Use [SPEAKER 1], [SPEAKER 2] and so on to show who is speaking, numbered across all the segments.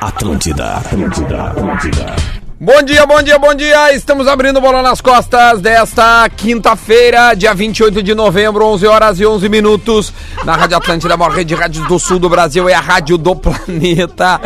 [SPEAKER 1] Atlântida, Atlântida, Atlântida.
[SPEAKER 2] Bom dia, bom dia, bom dia! Estamos abrindo bola nas costas desta quinta-feira, dia 28 de novembro, 11 horas e 11 minutos, na Rádio Atlântida, a maior rede de rádios do sul do Brasil, é a rádio do planeta.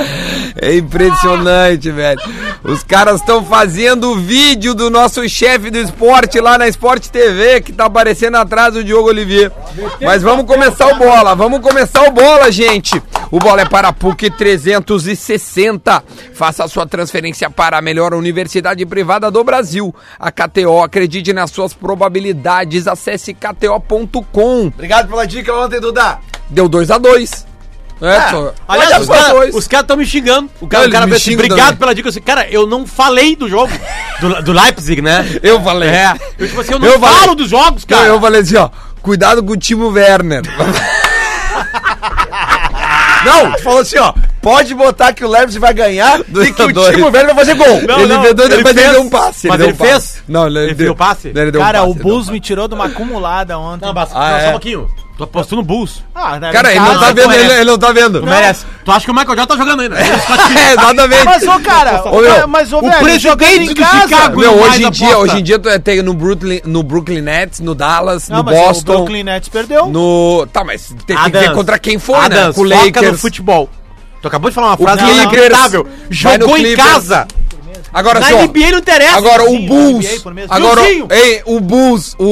[SPEAKER 2] É impressionante, velho. Os caras estão fazendo o vídeo do nosso chefe do esporte lá na Esporte TV, que tá aparecendo atrás o Diogo Olivier. Mas vamos começar o bola, vamos começar o bola, gente! O bola é para a PUC 360. Faça a sua transferência para a melhor universidade privada do Brasil. A KTO, acredite nas suas probabilidades. Acesse kto.com.
[SPEAKER 3] Obrigado pela dica ontem, Duda.
[SPEAKER 2] Deu 2 a 2 É, só.
[SPEAKER 4] Aliás, os
[SPEAKER 2] dois a
[SPEAKER 4] caras
[SPEAKER 2] dois.
[SPEAKER 4] os caras estão me xingando. O cara,
[SPEAKER 2] Não,
[SPEAKER 4] o
[SPEAKER 2] eles
[SPEAKER 4] cara
[SPEAKER 2] me
[SPEAKER 4] fez assim,
[SPEAKER 2] xingam
[SPEAKER 4] obrigado
[SPEAKER 2] também.
[SPEAKER 4] pela dica. Eu disse, cara, eu não falei do jogo do, do Leipzig, né?
[SPEAKER 2] Eu falei.
[SPEAKER 4] É. Eu, tipo assim, eu não
[SPEAKER 2] Eu falei.
[SPEAKER 4] falo dos jogos, cara.
[SPEAKER 2] Não, eu falei assim, ó. Cuidado com o Timo Werner.
[SPEAKER 3] Não, tu falou assim, ó. Pode botar que o Leves vai ganhar e que o
[SPEAKER 2] Dois.
[SPEAKER 3] time velho vai fazer gol.
[SPEAKER 4] Não,
[SPEAKER 2] ele
[SPEAKER 4] não,
[SPEAKER 2] deu,
[SPEAKER 4] ele
[SPEAKER 2] depois ele
[SPEAKER 4] fez,
[SPEAKER 2] deu um passe.
[SPEAKER 4] mas
[SPEAKER 2] deu
[SPEAKER 4] ele
[SPEAKER 2] um passe.
[SPEAKER 4] fez?
[SPEAKER 2] Não, ele,
[SPEAKER 4] Ele deu passe?
[SPEAKER 2] Não, ele deu um
[SPEAKER 5] Cara,
[SPEAKER 2] passe,
[SPEAKER 5] o
[SPEAKER 2] ele deu um
[SPEAKER 5] Bus me tirou de uma acumulada ontem.
[SPEAKER 4] Não, mas
[SPEAKER 3] Ah,
[SPEAKER 4] só
[SPEAKER 3] é?
[SPEAKER 4] um pouquinho. Tu apostou no Bulls.
[SPEAKER 5] Ah, né,
[SPEAKER 2] Cara,
[SPEAKER 5] em
[SPEAKER 2] ele
[SPEAKER 5] casa,
[SPEAKER 2] não tá
[SPEAKER 5] tu
[SPEAKER 2] vendo,
[SPEAKER 5] merece.
[SPEAKER 2] ele, ele não tá vendo.
[SPEAKER 4] Tu merece. Tu acha que o Michael Jordan tá jogando ainda?
[SPEAKER 2] É, exatamente.
[SPEAKER 5] Mas, ô, cara,
[SPEAKER 2] Ô, meu,
[SPEAKER 5] ô, mas, ô,
[SPEAKER 4] o
[SPEAKER 5] velho,
[SPEAKER 4] presidente
[SPEAKER 5] jogando em
[SPEAKER 4] do
[SPEAKER 5] casa.
[SPEAKER 4] Chicago-
[SPEAKER 2] Meu,
[SPEAKER 4] mais
[SPEAKER 2] hoje em dia,
[SPEAKER 4] aposta.
[SPEAKER 2] hoje em dia tu é- tem no Brooklyn, no Brooklyn Nets, no Dallas,
[SPEAKER 5] Não,
[SPEAKER 2] no
[SPEAKER 5] mas o
[SPEAKER 2] Boston,
[SPEAKER 5] Brooklyn Nets perdeu.
[SPEAKER 2] no... Tá, mas tem- tem que ver
[SPEAKER 4] Adams.
[SPEAKER 2] contra quem foi, né?
[SPEAKER 4] Adams,
[SPEAKER 2] Com o
[SPEAKER 4] foca no
[SPEAKER 2] Lakers.
[SPEAKER 4] futebol. Tu acabou de falar uma
[SPEAKER 2] O
[SPEAKER 4] frase
[SPEAKER 2] Clippers.
[SPEAKER 4] lamentável.
[SPEAKER 2] Vai no
[SPEAKER 4] Jogou em
[SPEAKER 2] Clippers.
[SPEAKER 4] casa.
[SPEAKER 2] Agora,
[SPEAKER 4] Na
[SPEAKER 2] assim, ó,
[SPEAKER 4] NBA não interessa.
[SPEAKER 2] Agora o
[SPEAKER 5] Sim,
[SPEAKER 2] Bulls.
[SPEAKER 5] na NBA por mesmo.
[SPEAKER 2] Agora,
[SPEAKER 4] Joãozinho.
[SPEAKER 2] ei, o é, Bulls, o,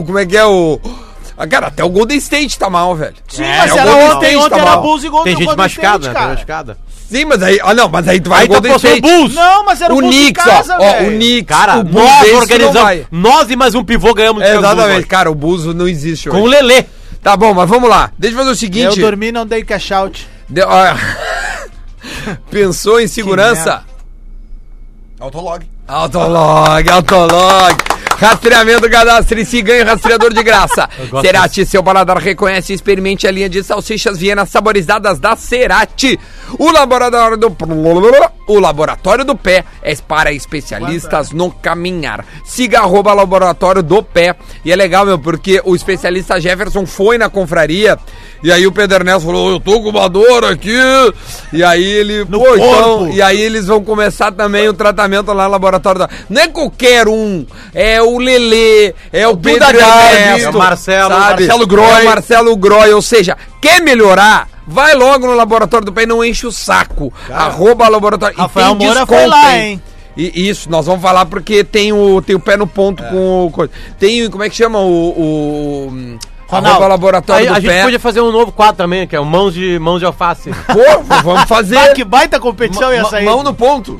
[SPEAKER 2] o- Como é que é o. Ah, Cara, até o Golden State tá mal, velho.
[SPEAKER 5] Sim,
[SPEAKER 4] É,
[SPEAKER 5] mas
[SPEAKER 2] o
[SPEAKER 5] era
[SPEAKER 2] Golden
[SPEAKER 5] ontem,
[SPEAKER 2] State
[SPEAKER 5] ontem
[SPEAKER 2] tá
[SPEAKER 5] era
[SPEAKER 2] mal.
[SPEAKER 5] Bulls e Golden
[SPEAKER 4] Tem gente
[SPEAKER 5] Golden
[SPEAKER 4] machucada,
[SPEAKER 5] State,
[SPEAKER 4] né? Tem
[SPEAKER 5] cara. tá
[SPEAKER 4] machucada.
[SPEAKER 2] Sim, mas aí. Ah, não, mas aí tu vai
[SPEAKER 4] Aí tu
[SPEAKER 2] Golden
[SPEAKER 4] apostou
[SPEAKER 2] State.
[SPEAKER 4] no Bulls.
[SPEAKER 5] Não, mas era
[SPEAKER 2] o
[SPEAKER 5] Bulls em
[SPEAKER 2] Knicks, ó,
[SPEAKER 5] casa,
[SPEAKER 2] ó. O
[SPEAKER 5] velho.
[SPEAKER 2] Knicks.
[SPEAKER 4] Cara,
[SPEAKER 2] o Bulls
[SPEAKER 4] nós
[SPEAKER 2] desse não
[SPEAKER 4] organizamos.
[SPEAKER 2] vai.
[SPEAKER 4] Nós e mais um pivô ganhamos do Chicago Bulls
[SPEAKER 2] Exatamente,
[SPEAKER 4] hoje.
[SPEAKER 2] cara, o Bulls não existe
[SPEAKER 4] Com
[SPEAKER 2] hoje.
[SPEAKER 4] o Lelê.
[SPEAKER 2] Tá bom, mas vamos lá. Deixa eu fazer o
[SPEAKER 5] Eu
[SPEAKER 2] seguinte.
[SPEAKER 5] dormi e não dei cash out.
[SPEAKER 2] De- ah, Pensou em segurança?
[SPEAKER 3] Autolog.
[SPEAKER 2] Autolog, Autolog. Rastreamento, cadastre e se ganha um rastreador de graça.
[SPEAKER 4] gosto
[SPEAKER 2] Cerati, seu paladar reconhece e experimente a linha de salsichas vienas saborizadas da Cerati. O laboratório do o laboratório do pé é para especialistas no caminhar. Siga arroba laboratório do pé. E é legal, meu, porque o especialista Jefferson foi na confraria e aí o Pedro Ernesto falou, eu tô com uma dor aqui. E aí ele...
[SPEAKER 4] No
[SPEAKER 2] Pô, então,
[SPEAKER 4] corpo.
[SPEAKER 2] e aí eles vão começar também o tratamento lá no laboratório da. Não é qualquer um. É o Lelê, é o Pedro
[SPEAKER 3] Dardes,
[SPEAKER 2] Ernesto,
[SPEAKER 3] é
[SPEAKER 4] o Marcelo,
[SPEAKER 2] sabe?
[SPEAKER 4] Marcelo
[SPEAKER 2] Groy. É o Marcelo Groy, ou seja, quer melhorar? Vai logo no Laboratório do Pé e não enche o saco. Arroba Laboratório.
[SPEAKER 5] Rafael Moura foi lá, hein?
[SPEAKER 2] E isso, nós vamos falar porque tem o, tem o pé no ponto com o. coisa. Tem, o- como é que chama? O. o hum, arroba Laboratório
[SPEAKER 4] Aí a
[SPEAKER 2] do
[SPEAKER 4] gente
[SPEAKER 2] Pé.
[SPEAKER 4] podia fazer um novo quadro também, que é o Mãos de, mãos de Alface.
[SPEAKER 2] Pô, vamos
[SPEAKER 5] Ah,
[SPEAKER 2] fazer.
[SPEAKER 5] que baita competição ia sair.
[SPEAKER 3] Mão no ponto.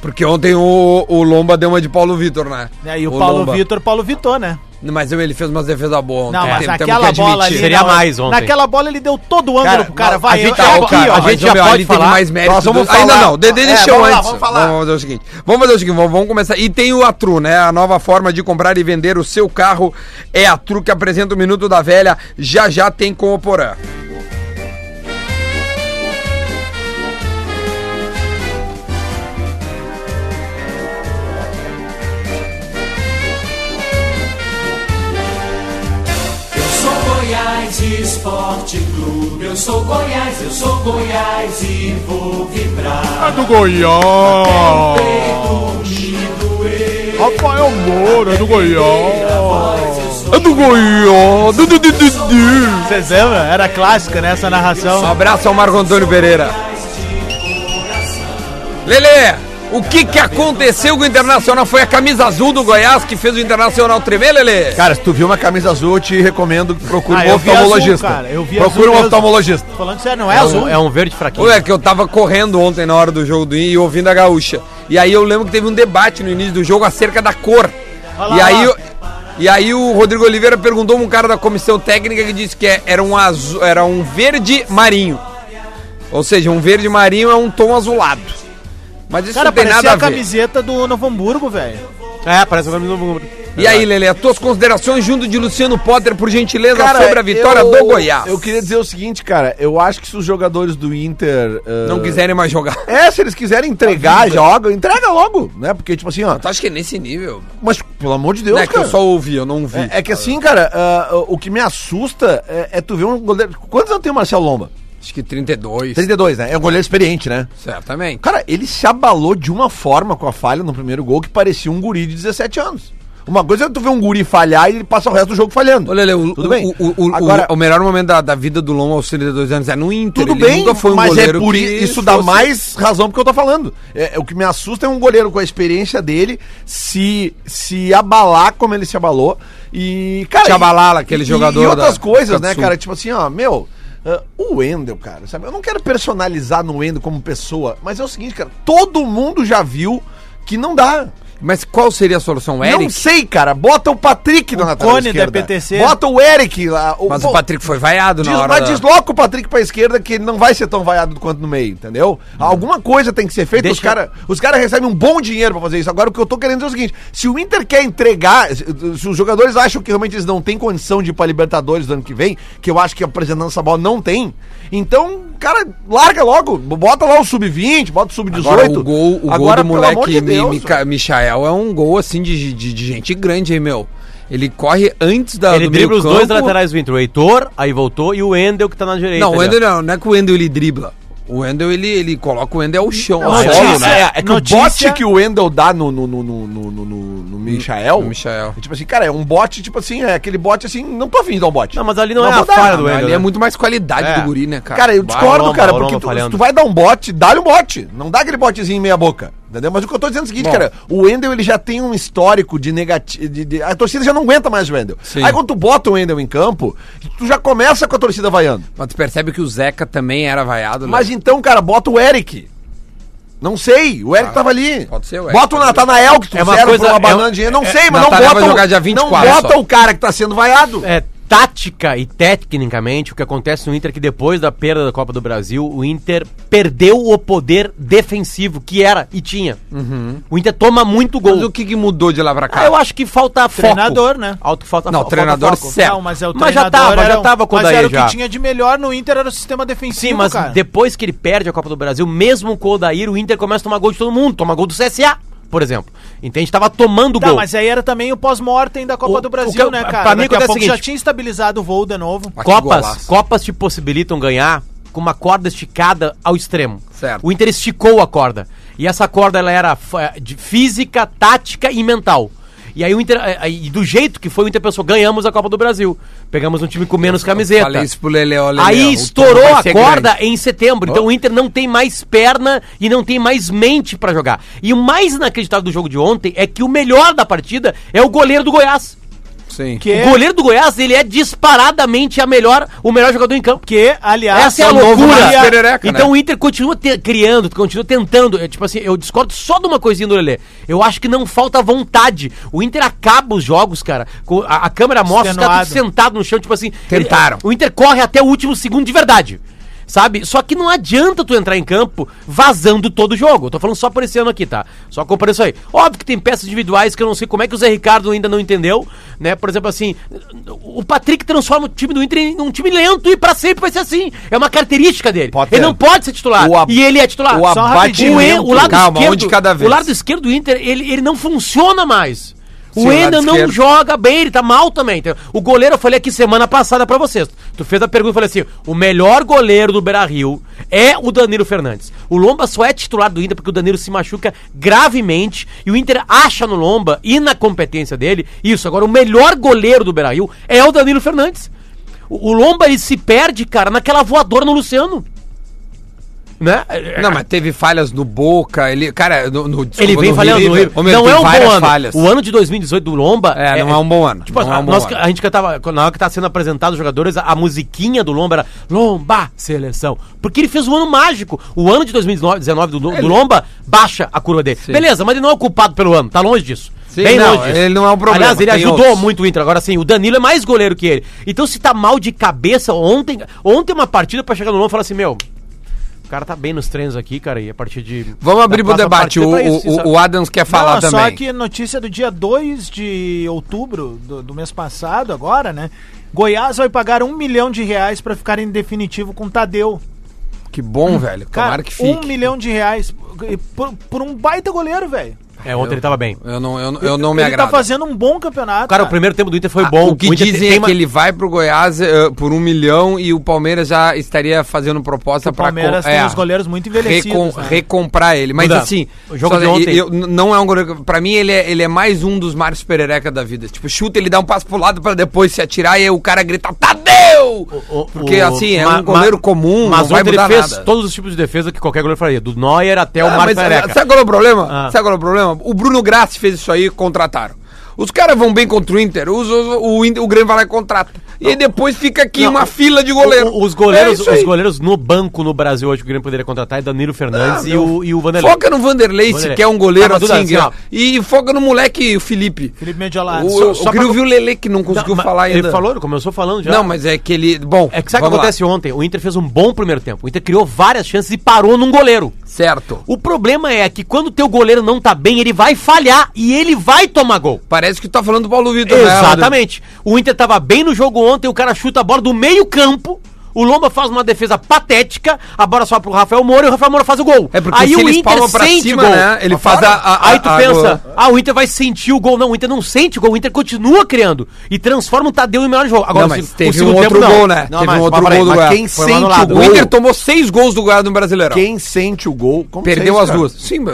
[SPEAKER 2] Porque ontem o, o Lomba deu uma de Paulo Vitor, né?
[SPEAKER 5] É, E aí o, Paulo
[SPEAKER 2] Lomba.
[SPEAKER 5] Vitor, Paulo Vitor, né?
[SPEAKER 2] Mas eu- ele fez umas defesas boas ontem. é.
[SPEAKER 5] Não, mas
[SPEAKER 2] Tem- temos
[SPEAKER 5] naquela
[SPEAKER 2] que
[SPEAKER 5] bola ali.
[SPEAKER 2] admitir.
[SPEAKER 4] Seria
[SPEAKER 5] na-
[SPEAKER 4] mais ontem.
[SPEAKER 5] Naquela bola ele deu todo o ângulo pro cara.
[SPEAKER 2] a
[SPEAKER 5] Vai,
[SPEAKER 2] gente,
[SPEAKER 5] é
[SPEAKER 2] tá,
[SPEAKER 5] aqui,
[SPEAKER 2] o cara,
[SPEAKER 5] ó.
[SPEAKER 2] a gente já pode ali falar. Teve mais mérito
[SPEAKER 4] Nós vamos
[SPEAKER 2] do- Ainda
[SPEAKER 4] falar.
[SPEAKER 2] não, de, de,
[SPEAKER 3] É,
[SPEAKER 2] deixa eu
[SPEAKER 3] vamos lá,
[SPEAKER 2] antes.
[SPEAKER 3] vamos falar.
[SPEAKER 2] fazer o seguinte. Vamos fazer o seguinte, vamos, vamos começar. E tem o Atru, né? A nova forma de comprar e vender o seu carro é a Atru que apresenta o Minuto da Velha. Já já tem com o Porã.
[SPEAKER 6] Eu sou Goiás Esporte Clube, eu sou Goiás, eu sou Goiás e vou vibrar.
[SPEAKER 7] do Goiás.
[SPEAKER 6] Me doer,
[SPEAKER 7] Rafael Moura do Goiás.
[SPEAKER 2] É do Goiás. Du, du, du, du, du.
[SPEAKER 5] Vocês lembram? Era clássica, né? Essa narração.
[SPEAKER 2] Um abraço ao Marco Antônio Pereira. Lele, o que, que aconteceu com o Internacional? Foi a camisa azul do Goiás que fez o Internacional tremer, Lele?
[SPEAKER 3] Cara, se tu viu uma camisa azul, eu te recomendo que procure
[SPEAKER 5] Ah,
[SPEAKER 3] um
[SPEAKER 5] eu vi azul,
[SPEAKER 3] oftalmologista.
[SPEAKER 5] cara, eu vi
[SPEAKER 3] Procura
[SPEAKER 5] azul
[SPEAKER 3] um
[SPEAKER 5] mesmo.
[SPEAKER 3] oftalmologista.
[SPEAKER 5] Falando sério, não é,
[SPEAKER 4] É
[SPEAKER 5] azul.
[SPEAKER 4] um, é um verde fraquinho.
[SPEAKER 2] Ou é que eu tava correndo ontem na hora do jogo do Inter e ouvindo a gaúcha. E aí eu lembro que teve um debate no início do jogo acerca da cor.
[SPEAKER 5] Olha lá,
[SPEAKER 2] e, aí,
[SPEAKER 5] olha lá.
[SPEAKER 2] e aí o Rodrigo Oliveira perguntou pra um cara da comissão técnica que disse que é- era um azul, era um verde marinho. Ou seja, um verde marinho é um tom azulado. Mas isso
[SPEAKER 5] Cara,
[SPEAKER 2] não tem nada
[SPEAKER 5] parecia
[SPEAKER 2] a
[SPEAKER 5] a
[SPEAKER 2] ver.
[SPEAKER 5] camiseta do Novo Hamburgo, velho.
[SPEAKER 4] É, parece uma camisa do número.
[SPEAKER 2] E aí, Lele, as tuas considerações junto de Luciano Potter, por gentileza,
[SPEAKER 3] Cara,
[SPEAKER 2] sobre a vitória
[SPEAKER 3] eu-
[SPEAKER 2] do Goiás.
[SPEAKER 3] Eu queria dizer o seguinte, cara. Eu acho que se os jogadores do Inter... eh,
[SPEAKER 2] Não quiserem mais jogar.
[SPEAKER 3] É, se eles quiserem entregar, joga, entrega logo, né? Porque, tipo assim, ó.
[SPEAKER 2] Tu acha que é nesse nível?
[SPEAKER 3] Mas, pelo amor de Deus,
[SPEAKER 2] não é que
[SPEAKER 3] cara.
[SPEAKER 2] eu só ouvi, eu não vi.
[SPEAKER 3] É, é que assim, cara, ah, o que me assusta é, é tu ver um goleiro. Quantos anos tem o Marcelo Lomba?
[SPEAKER 2] Acho que 32.
[SPEAKER 3] 32, né? É um goleiro experiente, né?
[SPEAKER 2] Certamente.
[SPEAKER 3] Cara, ele se abalou de uma forma com a falha no primeiro gol que parecia um guri de 17 anos. Uma coisa é tu ver um guri falhar e ele passa o resto do jogo falhando.
[SPEAKER 2] Ô, Lele, o,
[SPEAKER 3] Tudo bem.
[SPEAKER 2] O, o- o-
[SPEAKER 3] Agora-
[SPEAKER 2] o melhor momento da, da vida do Lom aos 32 anos é no Inter.
[SPEAKER 3] Tudo
[SPEAKER 2] Ele
[SPEAKER 3] bem,
[SPEAKER 2] nunca foi um
[SPEAKER 3] mas é
[SPEAKER 2] goleiro
[SPEAKER 3] por
[SPEAKER 2] que
[SPEAKER 3] i- isso dá
[SPEAKER 2] fosse-
[SPEAKER 3] mais razão porque eu tô falando. É, é, o que me assusta é um goleiro com a experiência dele se se abalar como ele se abalou e cara,
[SPEAKER 2] Se
[SPEAKER 3] e-
[SPEAKER 2] abalar, aquele
[SPEAKER 3] e-
[SPEAKER 2] jogador
[SPEAKER 3] e outras
[SPEAKER 2] da-
[SPEAKER 3] coisas,
[SPEAKER 2] do
[SPEAKER 3] né,
[SPEAKER 2] Sul.
[SPEAKER 3] cara? Tipo assim, ó, meu, ah, o Wendel, cara, sabe? Eu não quero personalizar no Wendel como pessoa, mas é o seguinte, cara, todo mundo já viu que não dá.
[SPEAKER 2] Mas qual seria a solução, Eric?
[SPEAKER 3] Não sei, cara. Bota o Patrick na lateral
[SPEAKER 5] Cone da
[SPEAKER 3] esquerda.
[SPEAKER 5] PTC.
[SPEAKER 3] Bota o Eric lá.
[SPEAKER 2] Mas
[SPEAKER 3] pô,
[SPEAKER 2] o Patrick foi vaiado
[SPEAKER 3] Diz-
[SPEAKER 2] na hora.
[SPEAKER 3] mas
[SPEAKER 2] da-
[SPEAKER 3] desloca o Patrick pra esquerda, que ele não vai ser tão vaiado quanto no meio, entendeu? Alguma coisa tem que ser feita. Os caras os cara recebem um bom dinheiro pra fazer isso. Agora, o que eu tô querendo dizer é o seguinte: se o Inter quer entregar, se se os jogadores acham que realmente eles não têm condição de ir pra Libertadores do ano que vem, que eu acho que apresentando essa bola não tem, então, cara, larga logo. Bota lá o sub-20, bota o sub-18.
[SPEAKER 2] Agora, o gol, o gol
[SPEAKER 3] Agora, pelo
[SPEAKER 2] do
[SPEAKER 3] amor
[SPEAKER 2] moleque
[SPEAKER 3] de
[SPEAKER 2] Mi-
[SPEAKER 3] Deus,
[SPEAKER 2] Mica- Michael é um gol assim de, de, de gente grande, hein, meu? Ele corre antes da,
[SPEAKER 4] Ele dribla os dois
[SPEAKER 2] meio-campo.
[SPEAKER 4] laterais do Inter. O Heitor, aí voltou, e o Wendel, que tá na direita.
[SPEAKER 2] Não, o
[SPEAKER 4] ali, ó.
[SPEAKER 2] Wendel não, não é que o Wendel ele dribla. O Wendel ele, ele coloca o Wendel ao chão.
[SPEAKER 5] Não,
[SPEAKER 2] ao
[SPEAKER 5] notícia,
[SPEAKER 2] solo, né?
[SPEAKER 3] É, é que
[SPEAKER 5] notícia-
[SPEAKER 3] o bote que o Wendel dá no, no, no, no, no, no, no- no Michael.
[SPEAKER 2] No Michael.
[SPEAKER 3] é tipo assim, cara, é um bote, tipo assim, é aquele bote assim, não tô afim de dar um bote.
[SPEAKER 4] Não, mas ali não, é
[SPEAKER 3] vou
[SPEAKER 4] a
[SPEAKER 3] dar,
[SPEAKER 4] falha do
[SPEAKER 2] Não,
[SPEAKER 4] Wendel.
[SPEAKER 2] ali
[SPEAKER 4] né?
[SPEAKER 2] é muito mais qualidade do guri, né, cara?
[SPEAKER 3] Cara, eu discordo,
[SPEAKER 4] Aroma,
[SPEAKER 3] cara,
[SPEAKER 4] aroma
[SPEAKER 3] porque tu, se
[SPEAKER 4] falhando.
[SPEAKER 3] tu vai dar um bote, dá-lhe um bote. Não dá aquele botezinho em meia boca. Entendeu? Mas o que eu tô dizendo é o seguinte,
[SPEAKER 2] Bom.
[SPEAKER 3] cara, o Wendel ele já tem um histórico de negativo. De, de- a torcida já não aguenta mais o Wendel.
[SPEAKER 2] Sim.
[SPEAKER 3] Aí quando tu bota o Wendel em campo, tu já começa com a torcida vaiando.
[SPEAKER 2] Mas tu percebe que o Zeca também era vaiado, né?
[SPEAKER 3] Mas então, cara, bota o Eric. Não sei, o Eric tava ali.
[SPEAKER 2] Ah, pode ser o Eric.
[SPEAKER 3] Bota o Natanael que tu
[SPEAKER 4] É uma
[SPEAKER 3] fizeram
[SPEAKER 4] coisa-
[SPEAKER 3] por
[SPEAKER 4] é
[SPEAKER 3] uma
[SPEAKER 4] um-
[SPEAKER 3] banana de dinheiro. Não sei, mas não
[SPEAKER 2] Natanael
[SPEAKER 3] bota,
[SPEAKER 2] vai jogar
[SPEAKER 3] o,
[SPEAKER 2] dia 24
[SPEAKER 3] não bota
[SPEAKER 2] só.
[SPEAKER 3] o cara que tá sendo vaiado.
[SPEAKER 4] é, tática e tecnicamente, o que acontece no Inter é que depois da perda da Copa do Brasil, o Inter perdeu o poder defensivo que era e tinha. O Inter toma muito gol.
[SPEAKER 2] Uhum. Mas o que, que mudou de lá pra cá?
[SPEAKER 4] Ah, eu acho que falta foco.
[SPEAKER 5] Treinador, né?
[SPEAKER 4] Alto, falta
[SPEAKER 2] Não,
[SPEAKER 4] fo- falta
[SPEAKER 2] treinador
[SPEAKER 4] foco.
[SPEAKER 2] certo.
[SPEAKER 5] Não, mas é o
[SPEAKER 4] Mas já
[SPEAKER 5] treinador,
[SPEAKER 4] tava, já
[SPEAKER 5] era o-
[SPEAKER 4] tava com um- o
[SPEAKER 5] Mas
[SPEAKER 4] Daí
[SPEAKER 5] era o
[SPEAKER 4] já.
[SPEAKER 5] que tinha de melhor no Inter, era o sistema defensivo,
[SPEAKER 4] Sim, mas
[SPEAKER 5] cara.
[SPEAKER 4] depois que ele perde a Copa do Brasil, mesmo com o Odair, o Inter começa a tomar gol de todo mundo. Toma gol do CSA, por exemplo. Entende? Tava tomando
[SPEAKER 5] Tá,
[SPEAKER 4] gol.
[SPEAKER 5] mas aí era também o pós-mortem da Copa
[SPEAKER 4] O-
[SPEAKER 5] do
[SPEAKER 4] o que
[SPEAKER 5] Brasil,
[SPEAKER 4] eu-
[SPEAKER 5] né,
[SPEAKER 4] pra
[SPEAKER 5] cara?
[SPEAKER 4] mim
[SPEAKER 5] Daqui a
[SPEAKER 4] acontece o
[SPEAKER 5] pouco já
[SPEAKER 4] seguinte-
[SPEAKER 5] tinha estabilizado o voo de novo.
[SPEAKER 2] Mas que
[SPEAKER 4] Copas,
[SPEAKER 2] golaço.
[SPEAKER 4] Copas te possibilitam ganhar com uma corda esticada ao extremo.
[SPEAKER 2] Certo.
[SPEAKER 4] O Inter esticou a corda. E essa corda ela era fa- de física, tática e mental. E aí o Inter, eh, eh, e do jeito que foi o Inter pensou, ganhamos a Copa do Brasil. Pegamos um time com menos camiseta.
[SPEAKER 2] Falei isso pro Lele, ó, Lele, ó, o
[SPEAKER 4] Aí
[SPEAKER 2] Tom
[SPEAKER 4] estourou
[SPEAKER 2] vai
[SPEAKER 4] a
[SPEAKER 2] ser
[SPEAKER 4] corda
[SPEAKER 2] grande.
[SPEAKER 4] em setembro. Então o Inter não tem mais perna e não tem mais mente pra jogar. E o mais inacreditável do jogo de ontem é que o melhor da partida é o goleiro do Goiás.
[SPEAKER 2] Sim.
[SPEAKER 5] Que,
[SPEAKER 4] O goleiro do Goiás, ele é disparadamente a melhor, o melhor jogador em campo.
[SPEAKER 5] que aliás,
[SPEAKER 4] Essa é a
[SPEAKER 5] Ah, o novo
[SPEAKER 4] loucura.
[SPEAKER 5] Maria-
[SPEAKER 2] perereca, né?
[SPEAKER 4] então o Inter continua te- criando, continua tentando. É, tipo assim, eu discordo só de uma coisinha do Lelê. Eu acho que não falta vontade. O Inter acaba os jogos, cara. com- A, a câmera mostra os caras tudo
[SPEAKER 5] Extenuado.
[SPEAKER 4] sentados no chão, tipo assim. ele-
[SPEAKER 2] Tentaram.
[SPEAKER 4] o Inter corre até o último segundo de verdade. Sabe? Só que não adianta tu entrar em campo vazando todo o jogo. Eu tô falando só por esse ano aqui, tá? Só comparando isso aí. Óbvio que tem peças individuais que eu não sei como é que o Zé Ricardo ainda não entendeu, né? Por exemplo, assim, o Patrick transforma o time do Inter em um time lento e pra sempre vai ser assim. É uma característica dele.
[SPEAKER 3] Potter,
[SPEAKER 4] ele não pode ser titular.
[SPEAKER 3] o ab-
[SPEAKER 4] E ele é titular.
[SPEAKER 3] o
[SPEAKER 4] Só rapidinho. o, E- o lado
[SPEAKER 2] Calma, um
[SPEAKER 4] esquerdo,
[SPEAKER 2] de cada vez.
[SPEAKER 4] O lado esquerdo do Inter, ele, ele não funciona mais.
[SPEAKER 2] Sim, o
[SPEAKER 4] O Ena
[SPEAKER 2] lado
[SPEAKER 4] não
[SPEAKER 2] esquerdo.
[SPEAKER 4] joga joga bem, ele tá mal também. entendeu? O goleiro, eu falei aqui semana passada pra vocês. Tu fez a pergunta, eu falei assim: o melhor goleiro do Beira Rio é o Danilo Fernandes. O Lomba só é titular do Inter porque o Danilo se machuca gravemente e o Inter acha no Lomba e na competência dele isso. Agora, o melhor goleiro do Beira Rio é o Danilo Fernandes. O, o Lomba, ele se perde, cara, naquela voadora no Luciano. Né?
[SPEAKER 2] Não, mas teve falhas no Boca, ele... Cara, no, no- desculpa,
[SPEAKER 4] Ele vem
[SPEAKER 2] no
[SPEAKER 4] falhando no River.
[SPEAKER 2] Ô, meu,
[SPEAKER 4] não
[SPEAKER 2] tem
[SPEAKER 4] é um
[SPEAKER 2] várias
[SPEAKER 4] bom ano.
[SPEAKER 2] falhas.
[SPEAKER 4] O ano de 2018 do Lomba.
[SPEAKER 2] É, não é um bom ano.
[SPEAKER 4] Tipo,
[SPEAKER 2] Não é um bom
[SPEAKER 4] nós-
[SPEAKER 2] ano.
[SPEAKER 4] a gente cantava, na hora que tá sendo apresentado os jogadores, a, a musiquinha do Lomba era Lomba, seleção. Porque ele fez um ano mágico. O ano de 2019 do, do Lomba baixa a curva dele. Beleza, mas ele não é o culpado pelo ano, tá longe disso.
[SPEAKER 2] Sim, não, ele não é um problema,
[SPEAKER 4] Aliás, ele
[SPEAKER 2] tem
[SPEAKER 4] ajudou
[SPEAKER 2] outros.
[SPEAKER 4] muito o Inter. Agora sim, o Danilo é mais goleiro que ele. Então se tá mal de cabeça, ontem, ontem uma partida pra chegar no Lomba e falar assim, meu, o cara tá bem nos treinos aqui, cara, e a partir de.
[SPEAKER 2] Vamos
[SPEAKER 4] da
[SPEAKER 2] abrir pro
[SPEAKER 4] próxima
[SPEAKER 2] debate.
[SPEAKER 4] partida
[SPEAKER 2] O,
[SPEAKER 4] tá isso,
[SPEAKER 2] o-
[SPEAKER 4] sabe?
[SPEAKER 2] o Adams quer falar
[SPEAKER 5] Não,
[SPEAKER 2] também.
[SPEAKER 5] Só que notícia do dia 2 de outubro do, do mês passado, agora, né? Goiás vai pagar um milhão de reais pra ficar em definitivo com Tadeu.
[SPEAKER 2] Que bom, velho. Tomara
[SPEAKER 5] Cara,
[SPEAKER 2] que
[SPEAKER 5] um
[SPEAKER 2] fique.
[SPEAKER 5] milhão de reais por, por um baita goleiro, velho.
[SPEAKER 4] É, ontem ele tava bem.
[SPEAKER 2] Eu não, eu, não- eu não me
[SPEAKER 5] ele
[SPEAKER 2] agrado.
[SPEAKER 5] tá fazendo um bom campeonato.
[SPEAKER 4] Cara, o primeiro tempo do Inter foi
[SPEAKER 2] Ah,
[SPEAKER 4] bom.
[SPEAKER 2] o que
[SPEAKER 4] Inter
[SPEAKER 2] dizem
[SPEAKER 4] tem
[SPEAKER 2] é
[SPEAKER 4] uma-
[SPEAKER 2] que ele vai pro Goiás eh, por um milhão e o Palmeiras já estaria fazendo proposta
[SPEAKER 5] O
[SPEAKER 2] para
[SPEAKER 5] Palmeiras tem os goleiros muito envelhecidos.
[SPEAKER 2] Recom-
[SPEAKER 5] né?
[SPEAKER 2] recomprar ele. Mas
[SPEAKER 4] Duda,
[SPEAKER 2] assim,
[SPEAKER 4] o jogo
[SPEAKER 2] só
[SPEAKER 4] de
[SPEAKER 2] dizer,
[SPEAKER 4] ontem-
[SPEAKER 2] eu- n- não é um goleiro. que- Pra mim, ele é, ele é mais um dos Marcos Perereca da vida. Tipo, chuta, ele dá um passo pro lado pra depois se atirar e aí o cara grita, Tadeu!
[SPEAKER 4] O-
[SPEAKER 2] Porque
[SPEAKER 4] o-
[SPEAKER 2] assim, é
[SPEAKER 4] ma-
[SPEAKER 2] um goleiro
[SPEAKER 4] ma-
[SPEAKER 2] comum,
[SPEAKER 4] Mas
[SPEAKER 2] não vai
[SPEAKER 4] ontem ele
[SPEAKER 2] mudar
[SPEAKER 4] fez
[SPEAKER 2] nada.
[SPEAKER 4] todos os tipos de defesa que qualquer goleiro faria. Do Neuer até o
[SPEAKER 2] Ah,
[SPEAKER 4] Marcos
[SPEAKER 2] mas,
[SPEAKER 4] Pereira.
[SPEAKER 2] ah, sabe qual é o problema?
[SPEAKER 4] Ah.
[SPEAKER 2] Sabe qual é o problema? O Bruno Grassi fez isso aí e contrataram. Os caras vão bem contra o Inter, os- os- o, Inter- o Grêmio vai lá e contrata. E aí depois fica aqui
[SPEAKER 4] Não,
[SPEAKER 2] uma
[SPEAKER 4] o-
[SPEAKER 2] fila de um goleiro.
[SPEAKER 4] O- o- os, goleiros,
[SPEAKER 2] É isso
[SPEAKER 4] os
[SPEAKER 2] aí.
[SPEAKER 4] goleiros no banco no Brasil hoje que o Grêmio poderia contratar é Danilo Fernandes
[SPEAKER 2] Ah,
[SPEAKER 4] e, o, e o Vanderlei.
[SPEAKER 2] Foca no Vanderlei, se
[SPEAKER 4] Vanderlei.
[SPEAKER 2] quer um goleiro
[SPEAKER 4] Ah, mas Duda,
[SPEAKER 2] assim.
[SPEAKER 4] assim, ó.
[SPEAKER 2] e foca no moleque o Felipe.
[SPEAKER 5] Felipe Mediolaro.
[SPEAKER 2] O,
[SPEAKER 5] Só-
[SPEAKER 2] eu
[SPEAKER 4] só
[SPEAKER 2] queria
[SPEAKER 4] pra-
[SPEAKER 2] ouvir o Lele que não conseguiu
[SPEAKER 4] Não, mas
[SPEAKER 2] falar ainda.
[SPEAKER 4] Ele falou, ele começou falando já.
[SPEAKER 2] Não, mas é que ele. Bom,
[SPEAKER 4] É que sabe o que
[SPEAKER 2] vamos lá.
[SPEAKER 4] acontece ontem? O Inter fez um bom primeiro tempo. O Inter criou várias chances e parou num goleiro.
[SPEAKER 2] Certo.
[SPEAKER 4] O problema é que quando o teu goleiro não tá bem, ele vai falhar e ele vai tomar gol.
[SPEAKER 2] Parece que tu tá falando do Paulo Vitor, né, Rodrigo?
[SPEAKER 4] Exatamente. O Inter tava bem no jogo ontem, o cara chuta a bola do meio campo, o Lomba faz uma defesa patética, a bola só pro Rafael Moura e o Rafael Moura faz o gol.
[SPEAKER 2] É porque se eles palmam pra cima, né, ele
[SPEAKER 4] Ah,
[SPEAKER 2] faz
[SPEAKER 4] fora.
[SPEAKER 2] a- a-
[SPEAKER 4] Aí tu
[SPEAKER 2] a- a-
[SPEAKER 4] pensa,
[SPEAKER 2] gol.
[SPEAKER 4] ah, o Inter vai sentir o gol. Não, o Inter não sente o gol, o Inter continua criando e transforma o Tadeu em melhor jogo. Agora,
[SPEAKER 2] Não,
[SPEAKER 4] o se-
[SPEAKER 2] mas
[SPEAKER 4] o
[SPEAKER 2] teve um
[SPEAKER 4] segundo
[SPEAKER 2] outro
[SPEAKER 4] tempo, não.
[SPEAKER 2] gol, né?
[SPEAKER 3] Não,
[SPEAKER 2] teve um
[SPEAKER 3] mas- mas
[SPEAKER 2] outro
[SPEAKER 3] peraí,
[SPEAKER 2] gol do
[SPEAKER 3] mas
[SPEAKER 2] Goiás.
[SPEAKER 3] quem
[SPEAKER 2] Foi
[SPEAKER 3] sente
[SPEAKER 2] anulado.
[SPEAKER 3] o gol-
[SPEAKER 2] Inter tomou seis gols do Goiás no Brasileirão.
[SPEAKER 3] Quem sente o gol, como
[SPEAKER 2] Perdeu
[SPEAKER 3] seis,
[SPEAKER 2] as
[SPEAKER 3] cara?
[SPEAKER 2] duas. Sim,